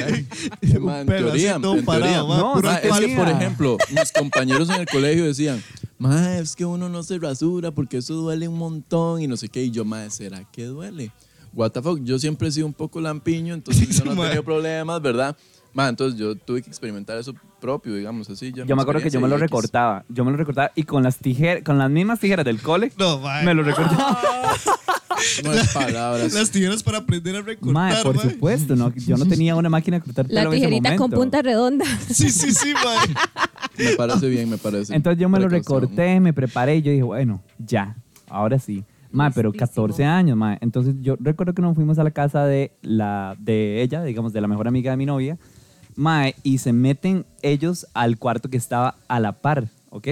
E: Ma, en
F: Pero así
E: teoría,
F: todo
E: en
F: parado,
E: teoría.
F: mae,
C: No,
F: puro
C: Pero
E: Ma, es que,
C: actualidad.
E: por ejemplo, mis compañeros en el colegio decían, ma, es que uno no se rasura porque eso duele un montón y no sé qué. Y yo, ma, ¿será que duele? What the fuck, yo siempre he sido un poco lampiño, entonces yo no
F: Ma.
E: he tenido problemas, ¿verdad? Ma, entonces yo tuve que experimentar eso propio, digamos así. ya
C: Yo me
E: mi
C: acuerdo que yo
E: experiencia
C: me lo
E: y X.
C: recortaba. Yo me lo recortaba y con las tijeras, con las mismas tijeras del cole,
F: No, mae.
C: me lo recortaba.
E: No es palabras.
F: Las tijeras para aprender a recortar,
C: Mae, por
F: mae.
C: supuesto, no, yo no tenía una máquina de cortar pelo
D: La
C: en ese
D: tijerita con
C: momento.
D: punta redonda.
F: Sí, sí, sí, mae.
E: Me parece bien, me parece.
C: Entonces yo me lo
E: Precaución.
C: recorté, me preparé y yo dije, bueno, ya, ahora sí. Mae, pero 14 años, mae. Entonces yo recuerdo que nos fuimos a la casa de, la, de ella, digamos, de la mejor amiga de mi novia. Mae, y se meten ellos al cuarto que estaba a la par, ¿ok?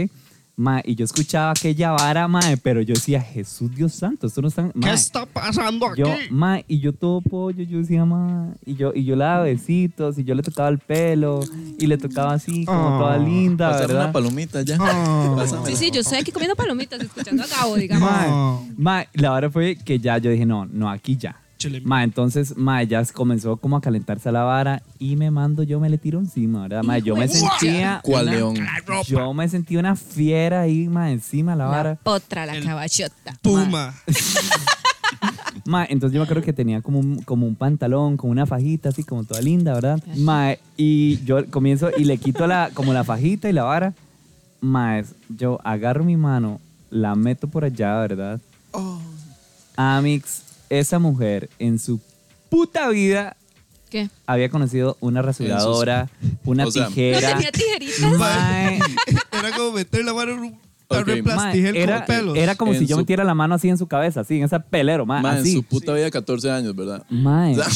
C: Mae, y yo escuchaba aquella vara, mae, pero yo decía, Jesús Dios santo, esto no están...
F: ¿Qué
C: mae".
F: está pasando aquí?
C: Yo, ma, y yo todo pollo, yo decía, ma, y yo, y yo le daba besitos, y yo le tocaba el pelo, y le tocaba así, como
F: Oh.
D: Ah,
C: toda linda,
E: Pásame una
C: ¿verdad?
E: palomita ya.
F: Oh.
E: Pásamela.
D: Sí, sí, yo estoy aquí comiendo palomitas, escuchando a Gabo, digamos.
C: Ma,
F: Oh.
C: ma, la hora fue que ya yo dije, no, no, aquí ya.
F: Chele.
C: Ma, entonces, ma, ya comenzó como a calentarse la vara, y me mando, yo me le tiro encima, ¿verdad? Ma, yo me
D: Hijo de-
C: sentía.
E: ¿Cuál
C: una-
E: león?
C: Yo me sentía una fiera ahí, ma, encima la vara.
D: La potra, la cabachota.
F: Puma.
C: Ma, entonces yo me acuerdo que tenía como un, como un pantalón, con una fajita así, como toda linda, ¿verdad? Ma, y yo comienzo y le quito la, como la fajita y la vara. Ma, es- yo agarro mi mano, la meto por allá, ¿verdad?
D: Oh.
C: Amix, esa mujer en su puta vida
D: ¿Qué?
C: había conocido una rasuradora, una
E: o sea,
D: No
C: tijera.
D: tenía tijeritas.
C: Mae,
F: Era como meter la mano en un tarro de
E: Ok, mae,
C: mae,
F: plastigel
C: era,
F: con pelos.
C: era como
E: En
C: si yo
E: su-
C: metiera la mano así en su cabeza, así, en esa pelero, ma,
E: Ma, en
C: así.
E: su puta vida, 14 años, ¿verdad?
C: Mae.
E: O sea,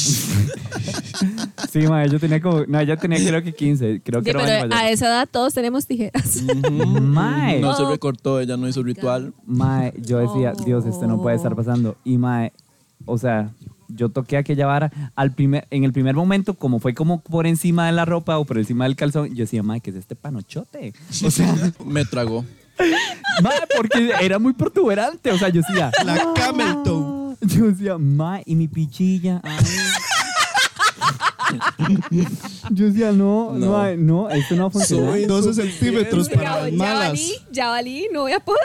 C: Sí, mae, yo tenía como. No, yo tenía creo que 15. Mm, Creo que
D: Sí,
C: era un año
D: pero ah,
C: mayor. Mm,
D: a esa edad todos tenemos tijeras.
C: Mae.
E: no se
D: Oh.
E: recortó, ella no hizo ritual.
C: Mae, yo decía,
D: Oh.
C: Dios, esto no puede estar pasando. Y mae, o sea, yo toqué aquella vara. Al primer, en el primer momento, como fue como por encima de la ropa o por encima del calzón, yo decía, mae, ¿qué es este panochote? O sea,
E: Me tragó.
C: mae, porque era muy protuberante. O sea, yo decía,
F: La camel toe.
C: yo decía, mae, y mi pichilla. Ay. Yo decía, no, no,
E: No.
C: mae, no, esto no funciona.
E: Soy
F: 12
E: su
C: pues,
F: centímetros
E: fiel.
F: para las
D: ya
F: malas.
D: valí, ya valí, no voy a poder.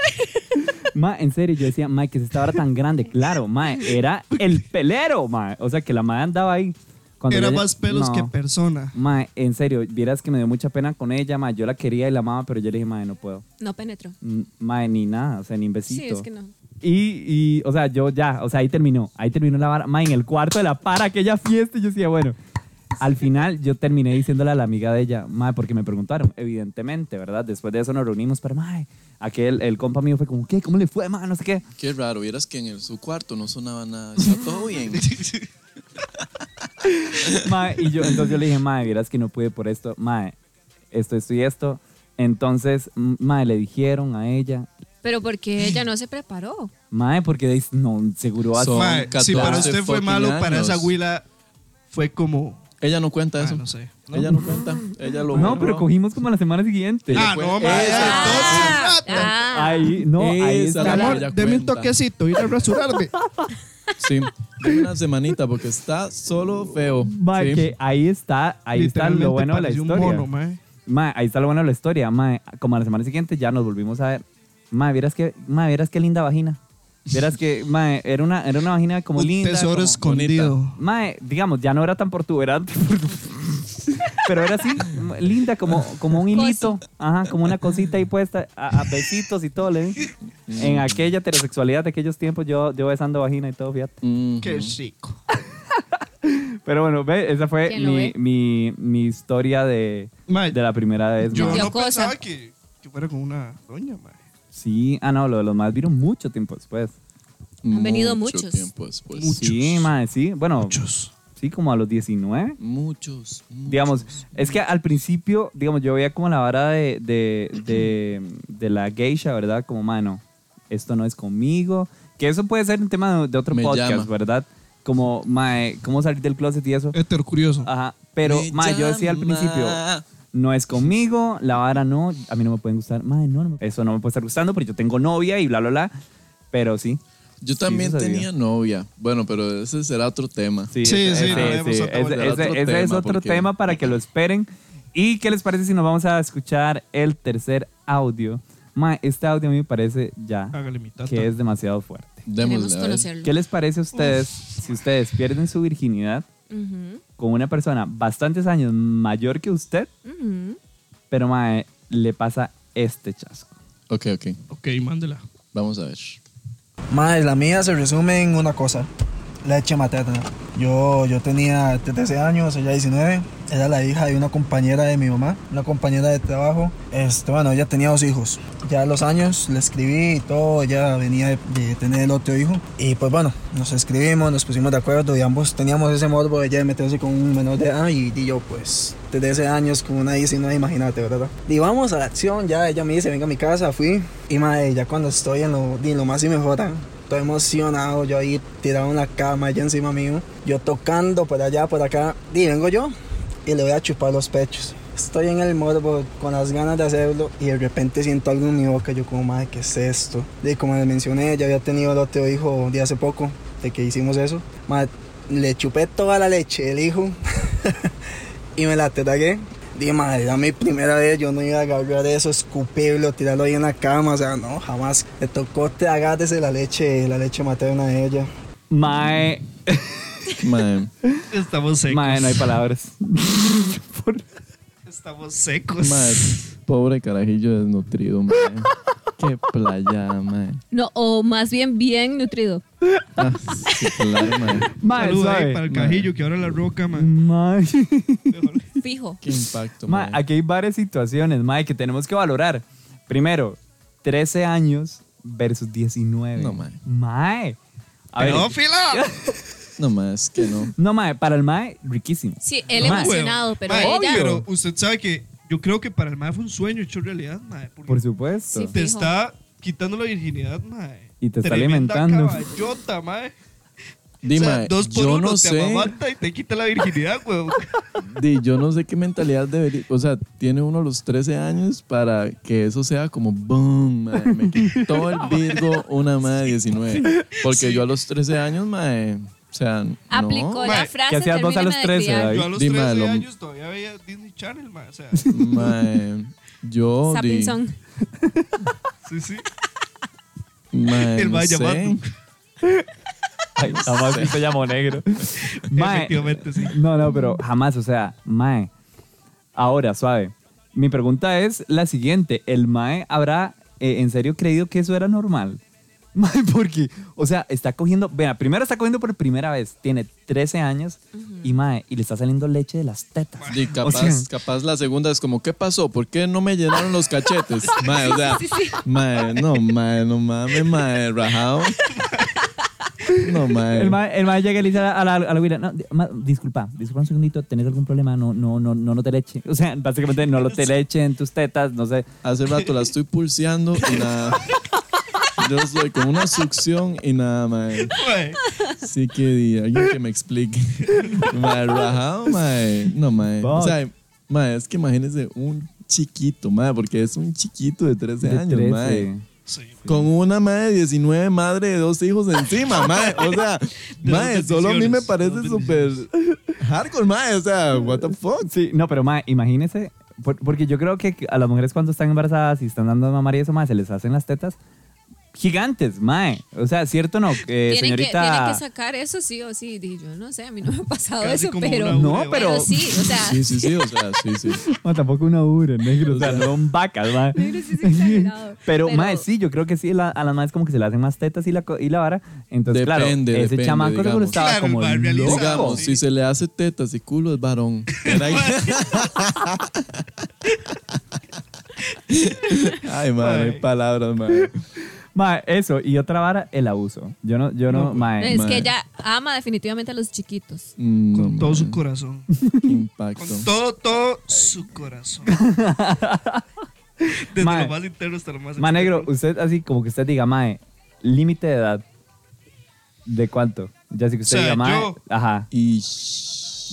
C: Ma, en serio, yo decía, ma, que se estaba tan grande. Claro, ma, era el pelero, ma. O sea, que la madre andaba ahí. Cuando
F: Era
C: yo-
F: más pelos
C: no.
F: que persona.
C: Ma, en serio, vieras que me dio mucha pena con ella, ma. Yo la quería y la amaba, pero yo le dije, ma, no puedo.
D: No penetró.
C: N- Ma, ni nada, o sea, ni un besito.
D: Sí, es que no.
C: Y, y, o sea, yo ya, o sea, ahí terminó. Ahí terminó la vara. Ma, en el cuarto de la para, aquella fiesta. Y yo decía, bueno. Al final, yo terminé diciéndole a la amiga de ella, ma, porque me preguntaron, evidentemente, ¿verdad? Después de eso nos reunimos, pero, ma, aquel, el compa mío fue como, ¿qué? ¿Cómo le fue, ma? No sé qué.
E: Qué raro, vieras que en el- su cuarto no sonaba nada. Está todo bien.
C: Mae, y yo, entonces yo le dije, mae, verás que no pude por esto, mae, esto, esto y esto. Entonces, m- mae, le dijeron a ella,
D: Pero porque ella no se preparó.
C: mae, porque de- no, seguro hace.
E: Son
F: Mae, si
E: 14
F: para usted fue
E: fucking
F: malo, para
E: años.
F: esa huila fue como.
E: Ella no cuenta
F: Ah,
E: eso.
F: no sé. No.
E: Ella no cuenta. Ella lo
C: No, pero
E: borró.
C: cogimos como la semana siguiente.
F: Ah, no,
E: Esa
F: mae.
D: Ah,
F: entonces,
D: ah.
C: Ahí, no, ahí
E: Esa
C: está
E: la
C: la-
E: que ella
F: ah, Deme un
E: cuenta.
F: toquecito, ir a rasurarme.
E: Sí, dame una semanita porque está solo feo.
C: Mae,
E: Sí.
C: que ahí está, ahí está lo
F: Literalmente
C: bueno de la
F: pareció un
C: historia.
F: mono, mae.
C: Mae, ahí está lo bueno de la historia. Mae, como a la semana siguiente ya nos volvimos a ver. Mae, vieras que, mae, vieras qué linda vagina. Vieras que, mae, era una, era una vagina como
F: Un
C: linda.
F: tesoro
C: como-
F: escondido.
C: Mae, digamos, ya no era tan portuberante. Pero era así, m- linda, como, como un hilito. Ajá, como una cosita ahí puesta, a, a besitos y todo, le di. En aquella heterosexualidad de aquellos tiempos, yo, yo besando vagina y todo, fíjate.
E: Mm.
F: Qué chico.
C: Pero bueno, ve, esa fue
D: ¿Quién lo
C: mi,
D: ve?
C: mi, mi historia de,
F: Mae,
C: de la primera vez.
F: yo
C: mae.
D: Dio
F: no
D: cosa.
F: pensaba que, que fuera con una doña, mae.
C: Sí, ah, no, lo de los más vino mucho tiempo después.
E: Mucho
D: venido muchos.
E: tiempo después.
C: Sí, madre, sí. Bueno,
F: Muchos.
C: sí, como a los 19.
E: Muchos. muchos.
C: Digamos, es que al principio, digamos, yo veía como la vara de, de, de, de la geisha, ¿verdad? Como, mano, esto no es conmigo. Que eso puede ser un tema de, de otro
E: Me
C: podcast,
E: llama.
C: ¿verdad? Como, mae, cómo salir del closet y eso.
F: Hétero curioso.
C: Ajá. Pero,
E: Me
C: mae, yo decía al
E: llama.
C: principio, no es conmigo, la vara no, a mí no me pueden gustar. Mae, no, no me- eso no me puede estar gustando porque yo tengo novia y bla, bla, bla. Pero sí.
E: Yo
C: Sí,
E: también
C: eso sabía.
E: tenía novia. Bueno, pero ese será otro tema.
C: Sí, ese-
F: Sí, sí,
C: ese-
F: no,
C: ese-
F: hemos otra
C: ese-
F: vuelta.
C: ese-
E: Otro
C: ese es
E: tema,
C: otro
E: porque-
C: tema para que lo esperen. ¿Y qué les parece si nos vamos a escuchar el tercer audio? Ma, este audio a mí me parece ya
F: Hágale mi tata.
C: que es demasiado fuerte.
E: Démosle,
D: Queremos
E: a ver.
D: conocerlo.
C: ¿Qué les parece a ustedes si ustedes pierden su virginidad
D: Ujú,
C: con una persona bastantes años mayor que usted,
D: ujú.
C: pero mae, le pasa este chasco?
E: Ok, ok.
F: Ok, mándela.
E: Vamos a ver.
I: Madre, la mía se resume en una cosa. La hecha matata. Yo, yo tenía 13 años, ella 19. Era la hija de una compañera de mi mamá, una compañera de trabajo. Este, bueno, ella tenía dos hijos. Ya a los años le escribí y todo, ella venía de, de tener el otro hijo. Y pues bueno, nos escribimos, nos pusimos de acuerdo y ambos teníamos ese morbo de ella de meterse con un menor de edad y, y yo pues 13 años con una 19, imagínate, ¿verdad? Y vamos a la acción, ya ella me dice, venga a mi casa, fui. Y madre, ya cuando estoy en lo, en lo más y mejor, ¿eh? todo emocionado, yo ahí tirado en la cama, ella encima mío, yo tocando por allá, por acá, y vengo yo y le voy a chupar los pechos. Estoy en el morbo con las ganas de hacerlo y de repente siento algo en mi boca, yo como, madre, ¿qué es esto? Y como les mencioné, ya había tenido el otro hijo de hace poco, de que hicimos eso, madre, le chupé toda la leche del hijo y me la tragué. Dije, madre, era mi primera vez, yo no iba a agarrar eso, escupirlo, tirarlo ahí en la cama, o sea, no, jamás. Le tocó tragarse la leche, la leche materna de ella.
C: Mae,
E: Mae,
F: Estamos secos.
C: mae, no hay palabras.
F: Estamos secos.
E: mae, pobre carajillo desnutrido, mae. Qué playa, mae.
D: No, o más bien bien nutrido.
E: Ah, sí, claro, mae.
D: Ah,
C: Mae,
F: Saludos ahí
C: suave.
F: para el cajillo que ahora la roca, man.
C: Mae.
D: Fijo.
E: Qué impacto,
C: Ma,
E: mae.
C: aquí hay varias situaciones, mae, que tenemos que valorar. Primero, 13 años versus 19.
E: No, mae.
C: Mae. A ver,
F: ¡Pedófila!
E: No, mae, es que no.
C: no, mae, para el mae, riquísimo.
D: Sí, él
C: Mae.
D: emocionado, pero
F: Mae,
D: ella
F: pero usted sabe que yo creo que para el mae fue un sueño hecho realidad, mae. Porque
C: Por supuesto.
D: Sí.
F: te
D: Fijo.
F: está quitando la virginidad, mae.
C: Y te está
F: Tremenda
C: alimentando.
F: caballota, mae.
E: Di,
F: O sea,
E: mae,
F: dos por
E: yo
F: uno
E: no
F: te
E: sé.
F: amamanta y te quita la virginidad, weón.
E: Di, yo no sé qué mentalidad debería. O sea, tiene uno los 13 años para que eso sea como boom, mae. Me quitó el Virgo una madre de 19. Porque yo a los 13 años, mae. O sea,
D: aplicó
E: no.
D: la
F: Mae,
D: frase.
C: ¿qué hacías vos a los
D: "Termíname
C: 13,
D: de criar".
C: David?
F: Yo a los
E: Dime,
F: 13
E: lo-
F: años todavía veía Disney Channel, mae. O sea,
E: Mae, yo. di-
D: Sapinson.
F: sí, sí.
E: Mae,
F: El
E: no
F: mae
E: sé.
F: llamando.
C: Ay, jamás visto llamo negro. Mae.
F: Efectivamente, sí.
C: No, no, pero jamás, o sea, mae. Ahora, suave. Mi pregunta es la siguiente. ¿El mae habrá eh, en serio creído que eso era normal? Mae, porque, o sea, está cogiendo, vea, primero está cogiendo por primera vez, tiene 13 años y mae, y le está saliendo leche de las tetas.
E: Di, capaz,
C: O sea-
E: capaz la segunda es como, ¿qué pasó? ¿Por qué no me llenaron los cachetes? Mae, o sea, mae, no, mae, no mames, mae, rajado. No, mae.
C: El mae, el mae llega y le dice a la, a la- a la güira, no, di- ma- disculpa, disculpa un segundito, ¿tenés algún problema? No, no, no, no, no te leche. O sea, básicamente no lo te leche en tus tetas, no sé.
E: Hace rato la estoy pulseando y nada. Yo soy con una succión y nada, mae.
F: Mae,
E: Sí que di, alguien que me explique. Mae, rajado, mae. No, mae. O sea, mae, es que imagínense un chiquito, mae, porque es un chiquito de 13
C: De
E: años,
C: 13.
E: mae.
F: sí,
E: Con una madre de 19, madre de dos hijos encima, madre. O sea, madre,
F: bendiciones,
E: solo a mí me
F: dos
E: parece súper hardcore, madre. O sea, what the fuck.
C: Sí, no, pero mae, imagínese, por- porque yo creo que a las mujeres cuando están embarazadas y están dando a mamar y eso, mae, se les hacen las tetas gigantes, mae. O sea, ¿cierto o no? Eh,
D: tienen,
C: señorita...
D: que, tienen que sacar eso sí o sí. di, Yo no sé, a mí no me ha pasado
F: Casi
D: eso,
F: como
D: pero,
F: una
C: No,
F: ubre,
C: pero-
D: pero sí, o sea,
E: Sí, sí, sí, o sea, sí, sí.
C: No, tampoco una ubre, negro. O sea, son vacas, mae.
D: negro, sí es exagerado.
C: Pero, mae, sí, yo creo que sí, la- a las madres como que se le hacen más tetas y la, co- y la vara. Entonces,
E: Depende,
C: claro, ese
E: depende,
C: chamaco seguro
E: digamos.
C: estaba
F: Claro,
C: como
F: el bar realizado.
C: loco.
E: Digamos, si se le hace tetas y culo es varón. Era que- Ay, madre,
F: Ay.
E: palabras, madre.
C: Mae, eso, y otra vara, el abuso. Yo no, yo
E: pues,
C: no, mae.
D: Es
E: mae.
D: que ella ama definitivamente a los chiquitos.
E: Mm,
F: Con
E: no,
F: todo su
E: mae,
F: corazón.
E: qué impacto.
F: Con todo, todo su corazón. Desde
C: Mae.
F: lo más interno hasta lo más
C: Mae, negro,
F: externo.
C: usted así como que usted diga, mae, límite de edad. ¿De cuánto? Ya sí que usted
F: O sea,
C: diga, mae.
F: yo-
C: Ajá.
E: Y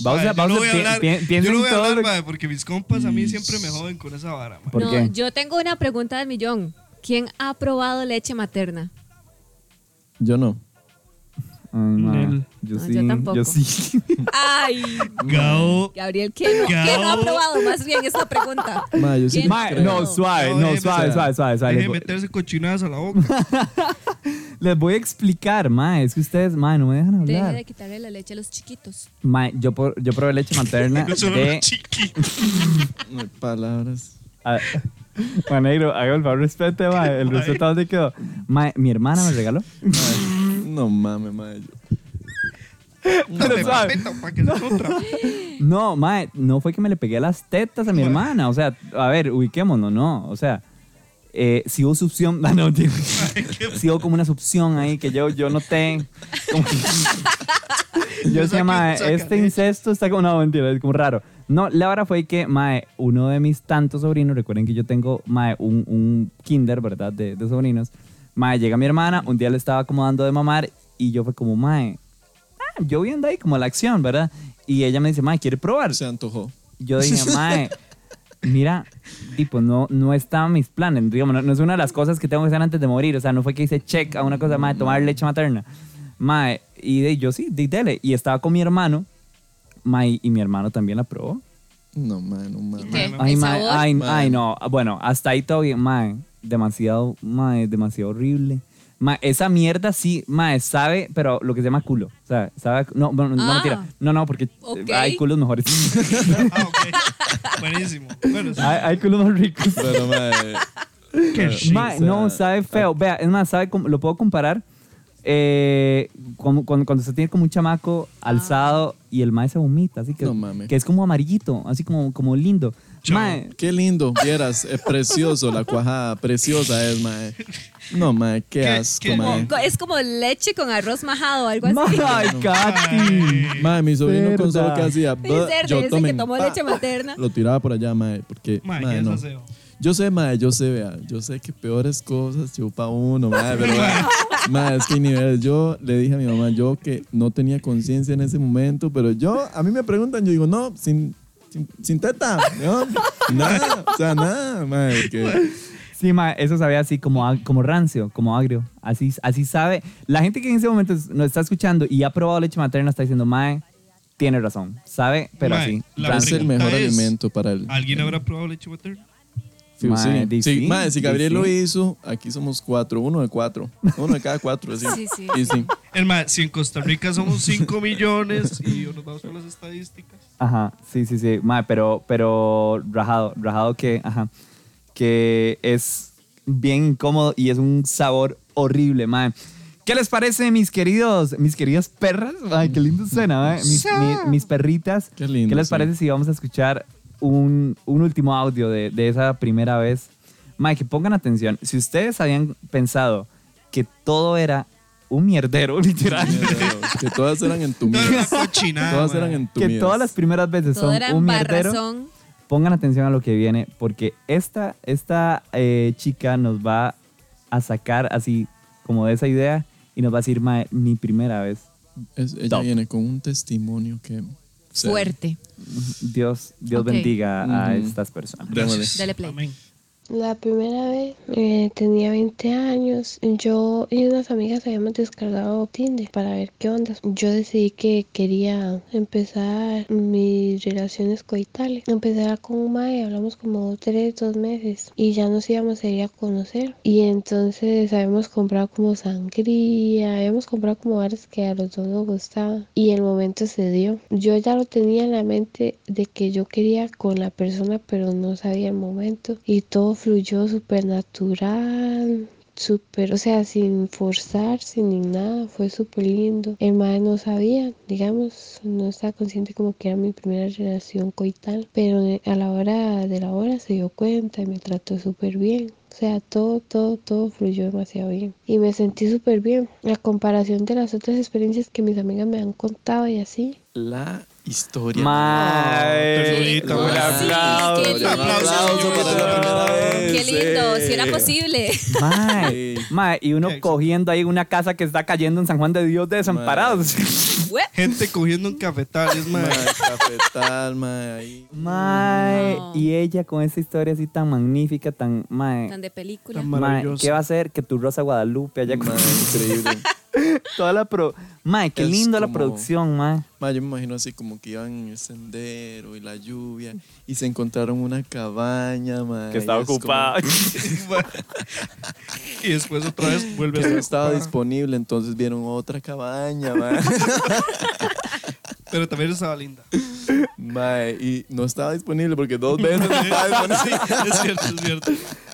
C: Vamos
F: Mae,
C: a, vamos
F: yo
C: a,
F: no voy a
C: pi-
F: hablar,
C: pi- piensen
F: yo no voy a
C: todo
F: hablar,
C: lo-
F: mae, porque mis compas a mí siempre me joden con esa vara, mae.
C: ¿Por
D: no,
C: qué?
D: yo tengo una pregunta del millón. ¿Quién ha probado leche materna?
E: yo no.
C: Ay, mae,
F: Nel.
C: Mm, yo
D: No,
C: sí,
D: yo tampoco.
C: yo sí.
D: Ay,
C: Mm.
F: Gao.
D: Gabriel, ¿quién no, quién no ha probado más bien esta pregunta?
E: Mae, yo sí
D: ¿Quién?
E: no
C: Mae,
E: creo.
C: no, suave,
F: No,
C: no,
F: déjeme-
C: suave, suave, suave, suave.
F: eh, Deje
C: Les
F: de
C: voy-
F: meterse cochinadas a la boca.
C: Les voy a explicar, mae. Es que ustedes, mae, no me dejan
D: Deje
C: hablar.
D: de quitarle la leche a los chiquitos.
C: Mae, yo, por- yo probé leche materna
F: No solo los
C: de...
F: chiquitos.
E: No hay palabras.
C: A- Mae, negro, haga el favor, respete, mae. El respeto, ¿dónde quedó? Mae, mi hermana me regaló.
E: Mae, no mames, madre.
C: Pero suave.
F: Vete, pa' que se otra.
C: No, mae, no fue que me le pegué a las tetas a mi hermana. O sea, a ver, ubiquémonos, no. O sea, eh, si hubo succión. Ah, no, tío. si hubo como una succión ahí que yo, yo noté. Como que- yo decía,
F: Saca-
C: mae,
F: saca eh".
C: este
F: leche".
C: incesto está como. No, mentira, es como raro. No, la verdad fue que, mae, uno de mis tantos sobrinos, recuerden que yo tengo, mae, un, un kinder, ¿verdad? De, de sobrinos. Mae, llega mi hermana, un día le estaba como dando de mamar y yo fue como, mae, ah, yo viendo ahí como la acción, ¿verdad? Y ella me dice, mae, ¿quiere probar?
E: Se antojó.
C: Yo dije, mae, mira, tipo, no, no estaban mis planes. Digamos, no, no es una de las cosas que tengo que hacer antes de morir. O sea, no fue que hice check a una cosa, mae, tomar leche materna. Mae, y de- yo sí, di dele. Y estaba con mi hermano, mae, y mi hermano también la probó.
E: No, mae, no mames.
D: ¿Qué?
C: Ay,
D: ¿El
C: mae,
D: sabor?
C: ay,
E: Mae.
C: ay, no. Bueno, hasta ahí todo bien, mae. Demasiado, mae, demasiado horrible. Mae, esa mierda sí, mae, sabe, pero lo que se llama culo. O sea, sabe, a cu- no, bueno, no,
D: Ah.
C: mentira. No, no, porque eh,
D: Ok.
C: hay culos mejores.
F: Ah, ok. Buenísimo. Bueno, sí.
C: hay, hay culos más ricos.
E: Pero, mae,
F: Qué shit.
C: Mae, no, sabe feo. Vea, es más, sabe cómo- lo puedo comparar eh, como- cuando, cuando se tiene como un chamaco alzado y el mae se vomita, así que,
E: No mames.
C: que es como amarillito, así como, como lindo. Mae,
E: Qué lindo, vieras, es precioso la cuajada, preciosa es, mae. No, mae, qué, asco,
F: qué-
E: mae.
D: Co- Es como leche con arroz majado o algo así.
C: Ay, Katy.
E: Mae, mi sobrino con solo que
C: Cerda.
E: hacía,
D: Sí,
E: "Buh",
D: cerda,
E: yo
D: dice
E: tomen,
D: que tomó
E: pa,
D: leche materna.
E: Lo tiraba por allá, mae, porque
F: Mae,
E: mae,
F: qué
E: no.
F: desaseo.
E: Yo sé, mae, yo sé, vea, yo sé que peores cosas chupa uno, mae, pero mae, mae, es que hay niveles. Yo le dije a mi mamá, yo que no tenía conciencia en ese momento, pero yo, a mí me preguntan, yo digo, no, sin, sin, sin teta, ¿no? nada, o sea, nada, mae, porque-
C: Sí, mae, eso sabía así como, ag- como rancio, como agrio. Así, así sabe. La gente que en ese momento es- nos está escuchando y ha probado leche materna está diciendo, mae, tiene razón. Sabe, pero
F: Mae,
C: así.
F: la
E: es
C: rancio.
E: el mejor
F: pregunta es,
E: alimento para el.
F: ¿Alguien habrá probado leche materna?
E: Sí,
C: Mae, di
E: sí. Sí,
C: sí,
E: mae, si
C: di
E: Gabriel lo
C: sí.
E: hizo, aquí somos cuatro, uno de cuatro, uno de cada cuatro, así.
D: Sí, sí.
E: Y sí.
F: Es más, si en Costa Rica somos 5 millones y nos vamos por las estadísticas.
C: Ajá, sí, sí, sí. Mae, pero, pero rajado, rajado que, ajá, que es bien incómodo y es un sabor horrible, mae. ¿Qué les parece, mis queridos, mis queridas perras? Ay, qué lindo suena, mae. Mis, mi- mis perritas.
E: Qué lindo,
C: les
E: sí.
C: parece si vamos a escuchar un, un último audio de, de esa primera vez? Mae, que pongan atención. Si ustedes habían pensado que todo era un mierdero, literal.
E: que todas eran en tu
F: Todo era
E: mierda.
F: una cochinada,
E: Todas
F: mae.
E: eran en tu
C: que
E: mierda.
C: todas las primeras veces
D: Todo
C: son
D: era
C: un mierdero.
D: embarrazón.
C: Pongan atención a lo que viene, porque esta, esta eh, chica nos va a sacar así como de esa idea y nos va a decir, "Mae, mi primera vez.
E: Es- ella
C: Top.
E: viene con un testimonio que... o sea,
D: Fuerte.
C: Dios, Dios
D: Ok.
C: bendiga a
E: Ujú.
C: estas personas.
E: Gracias.
D: Dale play.
F: Amén.
J: La primera vez eh, tenía 20 años. Yo y unas amigas habíamos descargado Tinder para ver qué onda. Yo decidí que quería empezar mis relaciones coitales. Empezar con un mae, hablamos como tres, dos meses y ya nos íbamos a ir a conocer. Y entonces habíamos comprado como sangría, habíamos comprado como bares que a los dos nos gustaban y el momento se dio. Yo ya lo tenía en la mente de que yo quería con la persona, pero no sabía el momento. Y todo fluyó súper natural, súper, o sea, sin forzar, sin nada. Fue súper lindo. El madre no sabía, digamos, no estaba consciente como que era mi primera relación coital, pero a la hora de la hora se dio cuenta y me trató súper bien. O sea, todo, todo, todo fluyó demasiado bien. Y me sentí súper bien. A comparación de las otras experiencias que mis amigas me han contado y así,
E: La historia.
C: Mae,
F: Ternurita,
C: un
F: mae.
C: aplauso,
D: Sí, qué
C: un
D: lindo.
C: aplauso para la primera vez.
D: Qué lindo, si era posible.
C: Mae, mae, y uno
F: Qué éxito.
C: cogiendo ahí una casa que está cayendo en San Juan de Dios de desamparados.
D: Ué.
F: Gente cogiendo un cafetal, es
E: Mae,
F: más.
E: cafetal, mae, ahí.
C: Mae,
D: No.
C: y ella con esa historia así tan magnífica, tan mae.
D: Tan de película.
F: Tan-
C: Mae,
F: maravillosa.
C: ¿qué va a hacer que tu Rosa Guadalupe haya con
E: Mae, increíble.
C: toda la pro Mae, qué
E: Es
C: lindo la
E: como-
C: producción, mae.
E: Mae, yo me imagino así como que iban en el sendero y la lluvia y se encontraron una cabaña, mae.
C: Que está
E: y es como-
C: ocupada.
F: Y después otra vez vuelve
E: que no
F: a ser
E: estaba
F: ocupada.
E: disponible, entonces vieron otra cabaña, mae.
F: Pero también estaba linda.
E: Mae, y no estaba disponible porque dos veces no estaba disponible.
F: es cierto, es cierto.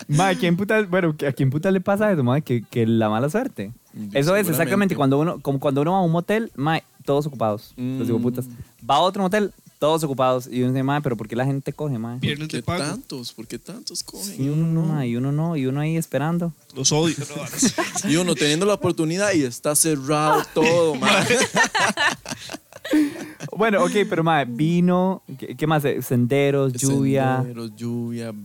C: Mae, ¿quién puta, bueno, ¿a quién puta le pasa eso, mae? Que, que la mala suerte. Eso es exactamente
E: Seguramente.
C: cuando uno, como cuando uno va a un motel, mae, todos ocupados.
E: Mm.
C: Los putas. Va a otro motel, todos ocupados. Y uno dice, mae, pero ¿por qué la gente coge, mae?
F: Viernes
E: ¿Qué
F: de pago.
E: tantos? ¿Por qué tantos cogen?
C: Y uno no, mae, y uno no, y uno ahí esperando.
F: Los odio. no, ahora sí.
E: Y uno teniendo la oportunidad y está cerrado todo, mae.
C: Bueno, ok, pero mae, vino, ¿qué, qué más? Eh, Senderos, lluvia.
E: Senderos, lluvia,
F: Hijos,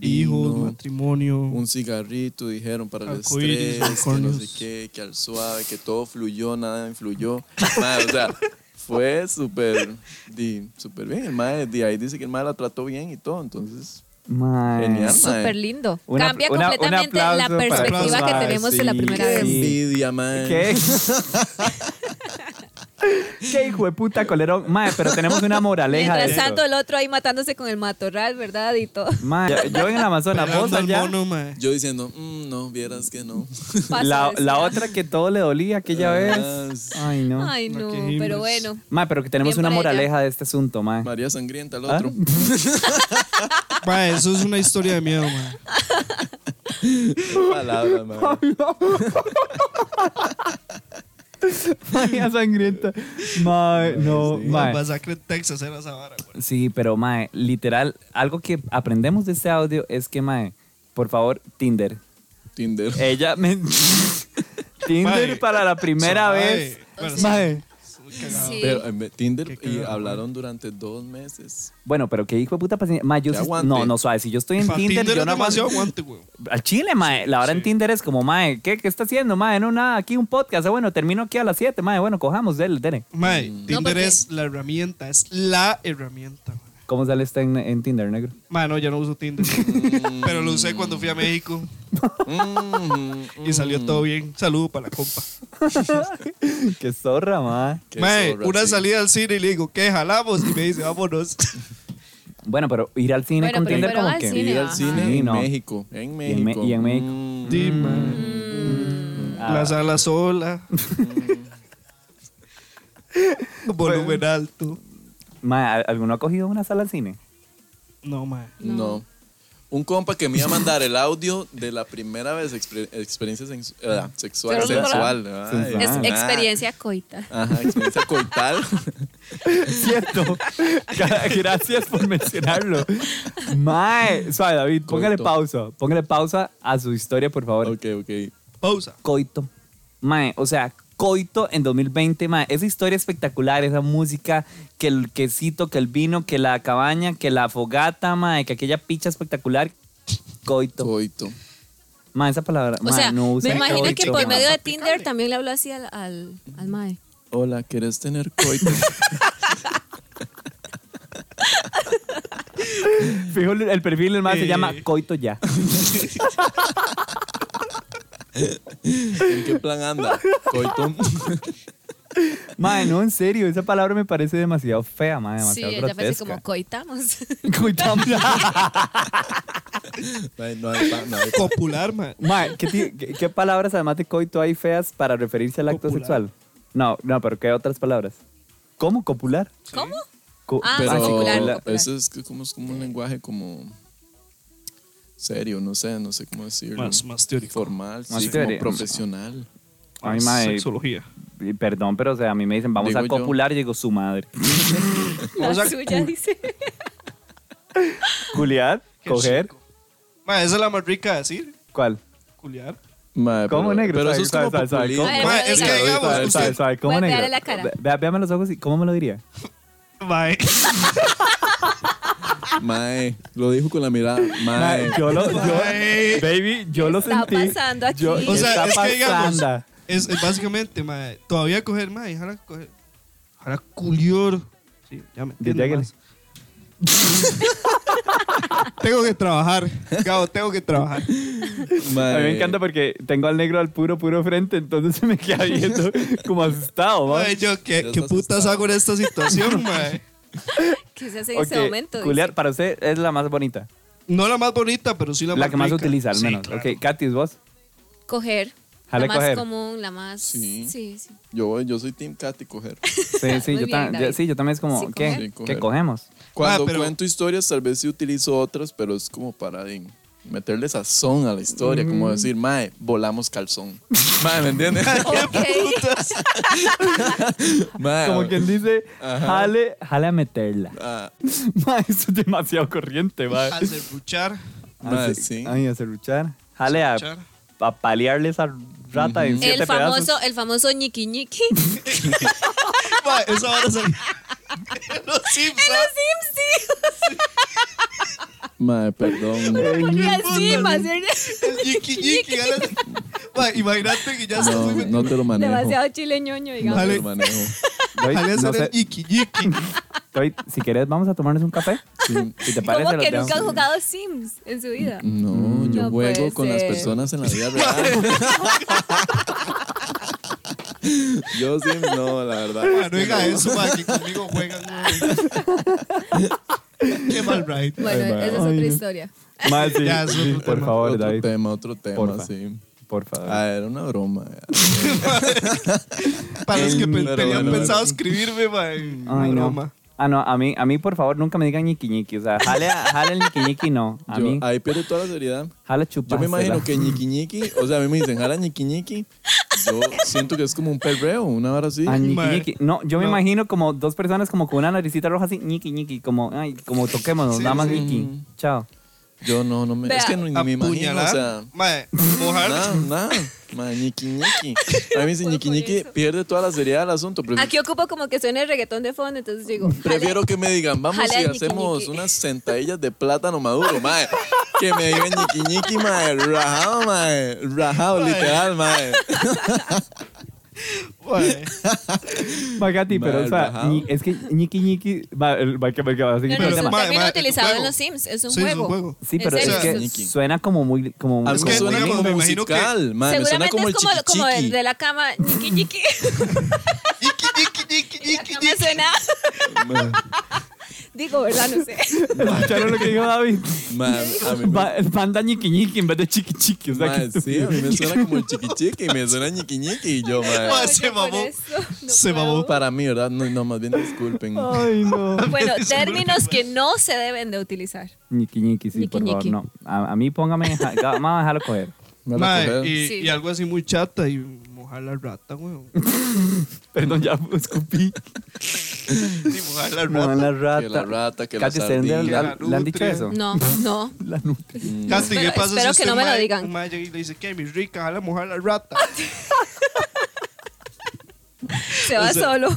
E: vino,
F: matrimonio.
E: un cigarrito, dijeron, para el
F: Arcoíris,
E: estrés, que no sé
F: unicornios.
E: qué, que al suave, que todo fluyó, nada influyó. Mae, o sea, fue súper di, súper bien. El mae, de ahí dice que el mae la trató bien y todo, entonces,
C: Mae.
E: genial, mae.
D: Súper lindo.
C: Una-
D: Cambia
C: una- un
D: completamente la
C: aplauso para-
D: perspectiva
F: Aplausos.
D: que tenemos de la
E: Sí,
D: primera
E: qué
D: vez.
E: envidia, mae.
C: ¿Qué? ¿Qué hijo de puta colerón? Mae, pero tenemos una moraleja de
D: Mientras
C: eso.
D: tanto, el otro ahí matándose con el matorral, ¿verdad? Y todo.
C: Mae, yo, yo en el Amazonas,
F: Pegando
C: vos
F: al
C: allá.
F: mono, mae.
E: Yo diciendo, "Mm, no, vieras que no.
D: Pasa
C: La,
D: eso.
C: la otra que todo le dolía aquella
E: Ah,
C: vez.
E: sí.
C: Ay, no.
D: Ay,
F: La
D: no,
F: que vimos.
D: pero bueno.
C: Mae, pero que tenemos
D: Bien
C: una
D: por ella.
C: moraleja de este asunto, mae.
E: María Sangrienta,
C: ¿Ah?
E: el otro.
F: Mae, eso es una historia de miedo, mae.
E: Palabra, mae.
C: María sangrienta. Mae, no,
F: La
C: mae.
F: masacre en Texas era esa vara, güey.
C: Sí, pero mae, literal, algo que aprendemos de este audio es que mae, por favor, Tinder.
E: Tinder.
C: Ella me Tinder
F: Mae,
C: para la primera
F: mae,
C: vez.
F: bueno,
C: Mae.
D: Sí.
E: Pero, em, Tinder
F: Qué
E: y
F: cagado,
E: hablaron durante dos meses.
C: Bueno, pero qué hijo de puta paciencia. Mae, yo
E: Que
C: sí-
E: aguante.
C: no, no suave, si yo estoy en
F: Pa'
C: Tinder,
F: Tinder
C: yo Mm.
F: es
C: no aguanto-
F: demasiado aguante, güey.
C: Al Chile, mae, la hora en Tinder es como, mae, ¿qué, qué está haciendo? Mae, no nada, aquí un podcast. Ah, Bueno, termino aquí a las 7, mae, bueno, cojamos, dele, dele.
F: Mae, Tinder
D: porque-
F: es la herramienta, es la herramienta, mae.
C: ¿Cómo sale este en, en Tinder, negro?
F: Mae, no, ya no uso Tinder. pero lo usé cuando fui a México
D: Mm-hmm.
F: y salió todo bien. Saludo para la compa.
C: qué zorra, mae.
E: Qué
F: Mae,
E: zorra,
F: una
E: sí.
F: salida al cine y le digo, ¿qué? Jalamos. Y me dice, vámonos.
C: Bueno, pero ir al cine
D: Bueno,
C: con
D: pero
C: Tinder
D: fueron
C: como
D: al
C: que...
E: Y Ir al
D: Ajá.
E: cine
C: Sí,
E: en
C: no.
E: México. En
C: en Me-
E: México.
C: y en México.
E: Mm,
F: Sí, mae.
C: Ah,
F: La sala sola. Volumen alto.
C: mae, ¿al- ¿alguno ha cogido una sala al cine?
F: No, mae.
D: Mm.
E: No. Un compa que me iba a mandar el audio de la primera vez exper- experiencia sensu- eh, sexual.
D: Pero no
E: Sensual. ay,
C: Sensual.
D: Es
E: ah.
D: experiencia coita.
E: Ajá, experiencia coital.
C: Cierto. Gracias por mencionarlo. Mae, suave, David, póngale
E: Coito.
C: pausa. Póngale pausa a su historia, por favor.
E: ok, ok.
F: Pausa.
C: Coito. Mae, o sea, coito en 2020, mae. Esa historia espectacular, esa música, que el quesito, que el vino, que la cabaña, que la fogata, mae, que aquella picha espectacular. Coito.
E: Coito.
C: Mae, esa palabra.
D: O
C: mae,
D: sea,
C: no
D: me
C: usen
D: imagino que
C: coito,
D: por
C: mae.
D: medio de Tinder también le habló así al, al, al mae.
E: Hola, ¿querés tener coito?
C: Fijo, el- el perfil del mae se llama Coito Ya.
E: ¿En qué plan anda? Coito.
C: Mae, no, en serio, esa palabra me parece demasiado fea, mae,
D: sí,
C: demasiado
D: ella parece
C: grotesca.
D: como coitamos.
C: Coitamos.
E: Ay, no hay plan, no hay plan.
F: Popular, mae.
C: Mae, ¿qué, ti- qué- qué palabras además de coito hay feas para referirse al acto
F: Copular.
C: sexual? No, no, pero ¿qué otras palabras? ¿Cómo? ¿Copular?
D: ¿Cómo?
C: Co-
D: Ah,
E: Pero
D: popular, popular.
E: eso es que como, es como un lenguaje como serio, no sé, no sé cómo decirlo.
F: Más, más teórico.
E: Formal,
C: Más
E: sí,
C: teórico.
E: como profesional.
C: Ay, eh,
F: Más
C: mae,
F: Sexología.
C: y perdón, pero o sea, a mí me dicen, vamos a
E: Digo yo.
C: copular, y digo, su madre.
D: La
F: Vamos a
D: suya
F: cu-
D: dice.
C: ¿Culiar?
F: Qué
C: ¿Coger?
F: chico. Mae, esa es la más rica de decir.
C: ¿cuál?
F: Culiar.
E: Mae,
C: ¿Cómo,
E: pero-
C: negro?
E: Pero
C: Sabe,
E: eso es
C: sabe,
E: como
C: sabe, sabe,
E: populismo.
D: ¿cómo?
E: Mae,
D: Mae,
E: es que
F: sabe,
E: digamos,
F: sabe,
E: usted-
C: ¿Sabe, sabe cómo
D: Bueno,
C: negro?
D: véale la cara.
C: Ve- ve- véame los ojos y ¿cómo me lo diría?
F: Mae.
E: Mae, lo dijo con la mirada. Mae,
C: Mae, yo lo, yo-
F: Mae.
C: baby, yo lo
D: ¿Qué está
C: sentí.
D: pasando aquí?
C: Yo-
D: O
C: ¿qué está
F: sea, es que digamos-
C: pasando?
F: Es, es básicamente, mae. Todavía coger, mae. Jala coger. Jala culior. Sí, ya me
C: Lléguele.
F: entiendes. tengo que trabajar. Gabo, tengo que trabajar.
E: mae.
C: A mí
F: Eh,
C: me encanta porque tengo al negro al puro, puro frente, entonces se me queda viendo como asustado, ¿va?
F: Mae, yo,
E: Ya
F: ¿qué, qué
E: estás
F: putas
E: asustado.
F: hago en esta situación, mae?
D: ¿Qué se hace en ese
C: Ok,
D: momento? dice.
C: Culiar, para usted es la más bonita,
F: No la más bonita, pero sí la,
C: la, que más se
F: rica.
C: utiliza al
F: Sí,
C: menos.
F: claro.
C: Ok, Katy, ¿es vos?
D: Coger.
C: Jale
D: la más
C: coger.
D: común, la más.
E: Sí.
D: sí, sí.
E: Yo, voy- yo soy Team Katy coger.
C: Sí, sí,
D: Muy
C: yo,
D: bien,
C: tam-
D: David.
C: yo- sí, yo también es como,
D: Sí,
C: ¿qué?
D: coger.
E: Sí, coger.
C: ¿Qué cogemos?
E: Cuando
F: Ah, pero-
E: cuento historias, tal vez sí utilizo otras, pero es como para eh, meterle sazón a la historia.
C: Mm.
E: Como decir, mae, volamos calzón. mae, ¿me entiendes?
D: Ok.
F: Ah,
E: Mae,
C: Como quien dice,
E: Ajá.
C: jale, jale a meterla.
E: ah,
C: Ma, eso es demasiado corriente, ma.
F: Al serruchar.
E: mae,
C: Así-
E: sí.
C: Ay, a serruchar. Jale a,
F: Serruchar.
C: a paliarle esa rata en siete
D: El
C: pedazos.
D: famoso, el famoso ñiqui ñiqui. En los
F: Mae, esa hora salía. Los Simpsons.
D: Sims,
E: Mae, perdón.
D: sí. Ponía encima,
F: El yiki yiki. ganas de- Mae, imagínate que ya estás
E: No,
F: muy
E: no te lo manejo.
D: Demasiado chileñoño,
E: No
D: digamos.
E: te
F: Vale.
E: lo manejo.
C: Doy-
F: Jale a
C: no
F: hacer
C: sé,
F: el yiki yiki.
C: doy- si quieres, vamos a tomarnos un café.
E: Sí.
C: Si te parece,
D: Como
C: los
D: que
C: dejo.
D: nunca han jugado Sims en su vida.
E: Mm. No, yo juego
D: No puede
E: con las
D: ser.
E: personas en la vida real. yo sí, no, la verdad.
F: Mae, no diga eso, mae, que conmigo juegan. mae. Qué mal, right.
D: Bueno, esa es otra historia.
C: Ma, sí,
F: Ya, eso es
C: sí,
F: otro
C: por
F: tema.
C: favor,
E: Otro
C: David.
E: tema, otro tema,
C: Porfa.
E: sí.
C: Por favor.
E: Ah, era una broma.
F: Para los que pe-
E: Pero
F: tenían
E: bueno,
F: pensado
E: bueno.
F: escribirme, mae.
C: Ay,
F: no,
C: no.
F: mae.
C: Ah, no, a mí, a mí, por favor, nunca me digan ñiqui ñiqui. O sea, jale, a- jale el ñiqui ñiqui, no. A
E: Yo-
C: mí,
E: ahí pierde toda la seriedad.
C: jale chupar.
E: Yo me imagino que ñiqui ñiqui, o sea, a mí me dicen jala ñiqui ñiqui. Yo siento que es como un perreo, una hora así.
C: Ah, ñiqui,
F: Mae.
C: ñiqui. No, yo me
F: No.
C: imagino como dos personas como con una naricita roja así, ñiqui ñiqui, como, ay, como toquémonos, nada más ñiqui. Chao.
E: Yo no, no me.
D: Vea.
E: Es que no, ni me imagino, o
F: Apuñalar.
E: sea.
F: Mae, mojar.
E: Nada, nada. Ma, ñiqui ñiqui. A mí me dicen
D: puedo
E: ñiqui
D: con
E: ñiqui,
D: Pues, eso.
E: pierde toda la seriedad del asunto. Prefiero-
D: Aquí ocupo como que suene el reggaetón de fondo, entonces digo. jale.
E: Prefiero que me digan, vamos
D: Jale
E: y
D: al ñiqui
E: hacemos
D: ñiqui.
E: unas sentadillas de plátano maduro, mae. Que me digan ñiqui ñiqui, mae. Rajado, mae. Rajado, literal, mae.
F: Mae.
C: Magati, pero
E: Mae,
C: o sea,
E: rajado.
C: ñi- es que ñiqui ñiqui. Va, el- va que va que va a seguir
D: No,
C: con el
D: no, es un
C: tema.
F: Mae,
D: término
F: mae,
D: utilizado
F: juego.
D: en los Sims. Es un
F: Sí, es
D: juego.
F: un juego.
C: Sí, pero es
D: Es eso.
C: que
E: Ñiqui.
C: suena como muy. Como,
E: A mí
F: que
C: como
E: me suena
F: suena
E: como
F: como- me imagino que-
E: musical, mae. Me suena
D: Seguramente
E: como el
D: es como, como el
E: chiquichiqui.
D: de la cama, ñiqui ñiqui.
F: Yiki yiki yiki
D: La
F: yiki
D: cama
F: yiki.
D: suena. Digo, ¿verdad? No sé.
C: ¿Escucharon lo que dijo David?
E: Mae, a mí me-
C: Va- Banda ñiqui ñiqui en vez de chiqui chiqui. O sea,
E: mae,
C: que
E: sí, a mí me suena como el chiqui chiqui. Me suena ñiqui ñiqui. Y yo, mae.
F: Mae, se
D: Yo con
F: mamó.
D: eso no
F: Se
D: puedo.
F: mamó.
E: Para mí, ¿verdad? No, no, más bien disculpen.
C: Ay, no.
D: Bueno, términos que no se deben de utilizar.
C: Ñiqui ñiqui, sí,
D: Ñiqui,
C: por favor,
D: ñiqui.
C: no. A, a mí póngame, ja- ga- vamos a dejarlo coger.
E: Me la
F: Mae,
E: cogieron.
F: y,
D: Sí.
F: y algo así muy chata y mojar la rata, weón.
C: Perdón, ya pues, escupí.
F: Sí, mojar la
C: No,
F: rata.
C: la
E: Que
C: rata.
E: la rata, que
C: Katy,
E: las
C: ¿ustedes le-
E: ardillas.
C: le- le han dicho eso?
D: No, no.
C: La nutria.
F: Casti, ¿qué
D: Pero
F: pasa si
D: espero que
F: usted
D: no me lo
F: mae-
D: digan.
F: un mae llega y le dice, que mi rica, jala mojar la rata?
D: Se va solo.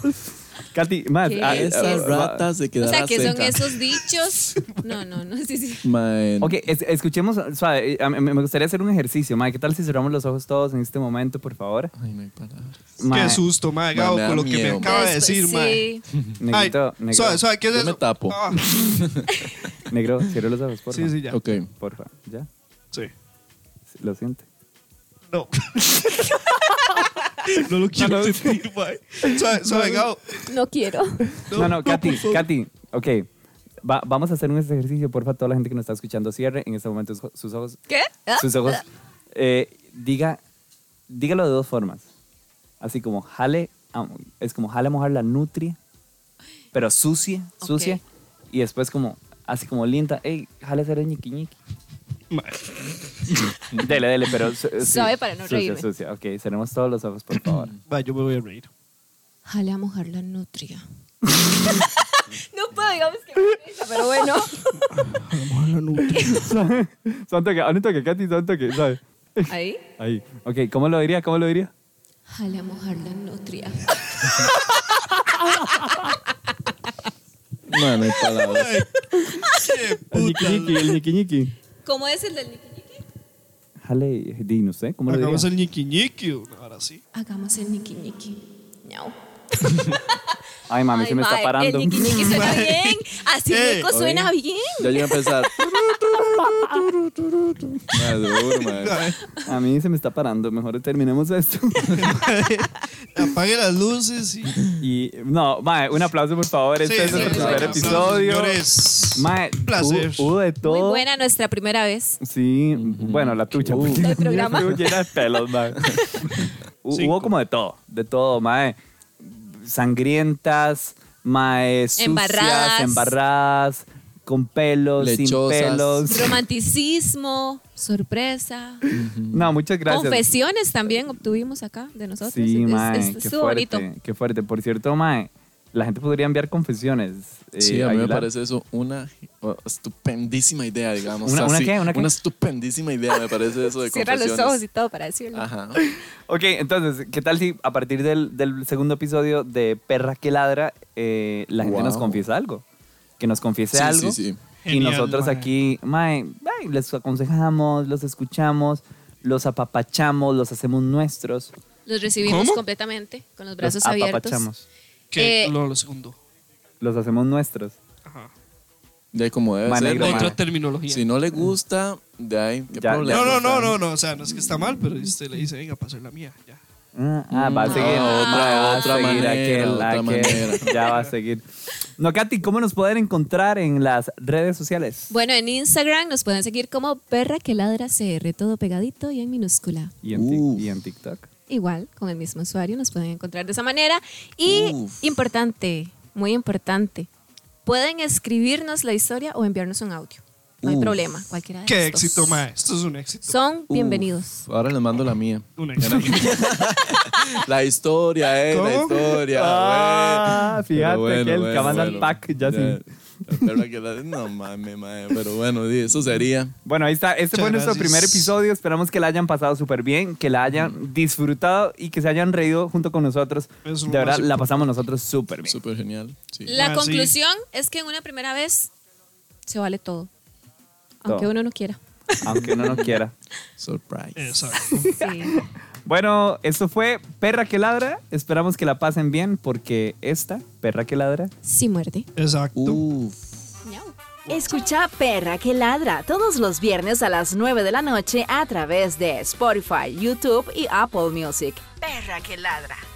C: Katy, más.
D: ¿Qué?
C: ah, ah,
E: Esa
C: ah,
E: rata se
D: O
E: quedará
D: sea, que son
E: seca.
D: esos dichos. No, no, no. Sí, sí.
E: Mae,
C: Ok, es- escuchemos, suave, eh, a mí- me gustaría hacer un ejercicio, Mae. ¿Qué tal si cerramos los ojos todos en este momento, por favor?
E: Ay, no hay palabras.
C: Mae,
F: Qué susto, mae,
E: Ma,
F: Gabo,
E: me da
F: con lo que
E: miedo,
F: me acaba de
D: Después-
F: decir, mae.
D: sí.
F: Ay,
C: Negrito, negro,
F: suave, suave, ¿qué es
E: Yo
F: eso?
E: me tapo.
F: Ah,
C: negro, cierra los ojos, por
F: sí, sí, ya.
E: Ok.
C: Porfa, ya,
F: Sí.
C: lo siento.
F: No. no lo quiero sentir, mae. Suave, suave, Gabo.
D: No quiero.
C: No, no, Katy,
F: por favor.
C: Katy, ok. Va- vamos a hacer un ejercicio, porfa, toda la gente que nos está escuchando cierre en este momento sus- sus ojos.
D: ¿Qué? Ah,
C: Sus ojos. Eh, diga, dígalo de dos formas. Así como jale, a- es como jale a mojar la nutria, pero sucia,
D: Ok.
C: sucia. Y después como, así como linda, hey, jale ser ñiqui ñiqui.
F: Mae.
C: Dele, dele, pero... su- sí,
D: Suave para no
C: sucia,
D: reírme.
C: Sucia, ok, cerremos todos los ojos, por favor.
F: Mae, yo me voy a reír.
D: Jale a mojar la nutria. no puedo, digamos que me interesa, pero bueno.
C: Santo que, ahorita que Katy, santo que, ¿sabes?
D: Ahí.
C: Ahí. Ok, ¿cómo lo diría? ¿Cómo lo diría?
D: Jale a mojar la nutria.
E: No, no hay palabras.
C: El ñiquiñiqui, el ñiquiñiqui.
D: ¿Cómo es el del Nicky Nicky?
C: Jale, di, no sé, ¿cómo lo diría?
F: Hagamos el ñiqui ñiqui, ahora sí.
D: Hagamos el Nicky Nicky. Ñau.
C: Ay, mami,
D: Ay,
C: se me está
D: mae,
C: parando.
D: El Nicky Nicky suena bien. Así
F: Eh,
D: rico suena bien.
E: Ya yo iba a empezar. Mae, duro, mae.
F: Mae,
C: A mí se me está parando, mejor terminemos esto.
F: Apague las luces y.
C: Y, no, mae, un aplauso, por favor. Este es
F: Sí,
C: nuestro
F: sí,
C: primer
F: sí.
C: episodio.
F: Señores,
C: Mae,
F: un placer.
C: hu- hubo de todo.
D: Muy buena nuestra primera vez.
C: Sí, bueno, la tuya.
E: Uh.
C: porque
D: El
C: la mía
D: programa.
C: estuvo llena de pelos, mae. Hu- Hubo
F: Cinco.
C: como de todo, de todo, mae. Sangrientas, mae, sucias,
D: Embarradas.
C: embarradas, con pelos,
E: Lechosas.
C: sin pelos.
D: Romanticismo, sorpresa.
C: No, muchas gracias.
D: Confesiones también obtuvimos acá de nosotros.
C: Sí,
D: Es-
C: mae,
D: es-
C: qué
D: estuvo
C: fuerte,
D: bonito.
C: qué fuerte. Por cierto, mae, la gente podría enviar confesiones. eh,
E: Sí, a mí me
C: Aguilar.
E: parece eso una oh, estupendísima idea, digamos.
C: ¿Una- una
E: así.
C: qué? ¿Una qué?
E: estupendísima idea, me parece eso de
D: Cierra los
E: confesiones. Ah.
D: ojos y todo para decirlo.
E: Ajá.
C: Ok, entonces, ¿qué tal si a partir del, del segundo episodio de Perra que ladra, eh, la gente
E: Wow.
C: nos confiesa algo? Que nos confiese
E: Sí,
C: algo.
E: sí, sí.
C: Y
F: Genial,
C: nosotros
F: mae.
C: aquí, mae, ay, les aconsejamos, los escuchamos, los apapachamos, los hacemos nuestros.
D: Los recibimos
F: ¿Cómo?
D: completamente con los brazos
C: los
D: abiertos.
C: apapachamos.
F: que
D: Eh,
F: lo, lo segundo.
C: Los hacemos nuestros.
F: Ajá.
E: De ahí como debe
C: Mae,
E: ser.
C: negro,
E: mae.
F: Otra
C: mae.
F: terminología.
E: Si no le gusta, de ahí, qué
C: Ya,
E: problema.
F: no, no, no, no, no. O sea, no es que está mal, pero usted le dice, venga, pasar la mía. Ya.
C: Ah, ah, va a
E: Mm, No,
C: seguir. Ah,
E: otra-
C: va a
E: otra
C: seguir
E: manera,
C: aquel,
E: otra
C: aquel.
E: manera.
C: Ya va a seguir. No, Katy, ¿cómo nos pueden encontrar en las redes sociales?
D: Bueno, en Instagram nos pueden seguir como perra que ladra CR, todo pegadito y en minúscula.
C: Y en, Tik-
E: Uf.
C: y en TikTok.
D: Igual, con el mismo usuario nos pueden encontrar de esa manera. Y
E: Uf.
D: importante, muy importante, pueden escribirnos la historia o enviarnos un audio. No hay
E: Uf.
D: problema, cualquiera de
F: Qué
D: Ah, estos.
F: éxito, mae. Esto es un éxito.
D: Son
E: Uf,
D: bienvenidos.
E: Ahora les mando la mía.
F: Un éxito.
E: La historia, eh, la
F: ¿Cómo?
E: historia.
C: Ah,
E: güey.
C: fíjate
E: Pero
C: que el que manda el pack ya sí.
E: La perra que la- No mames, mae. Pero bueno, di, eso sería.
C: Bueno, ahí está. Este
F: Muchas
C: fue nuestro
F: gracias.
C: primer episodio. Esperamos que la hayan pasado súper bien, que la hayan disfrutado y que se hayan reído junto con nosotros.
F: Es
C: De
F: lo
C: verdad,
F: más
C: la pasamos nosotros súper bien.
E: Súper genial. Sí.
D: La
F: Ah, sí.
D: conclusión es que en una primera vez se vale todo. Aunque
C: Todo.
D: uno no quiera.
C: Aunque uno no quiera.
E: Surprise.
F: Exacto.
D: Sí.
C: Bueno, esto fue Perra que Ladra. Esperamos que la pasen bien porque esta, Perra que Ladra,
D: Sí muerde.
F: Exacto.
E: Uf.
D: Ñau.
B: Escucha Perra que ladra todos los viernes a las 9 de la noche a través de Spotify, YouTube y Apple Music. Perra que ladra.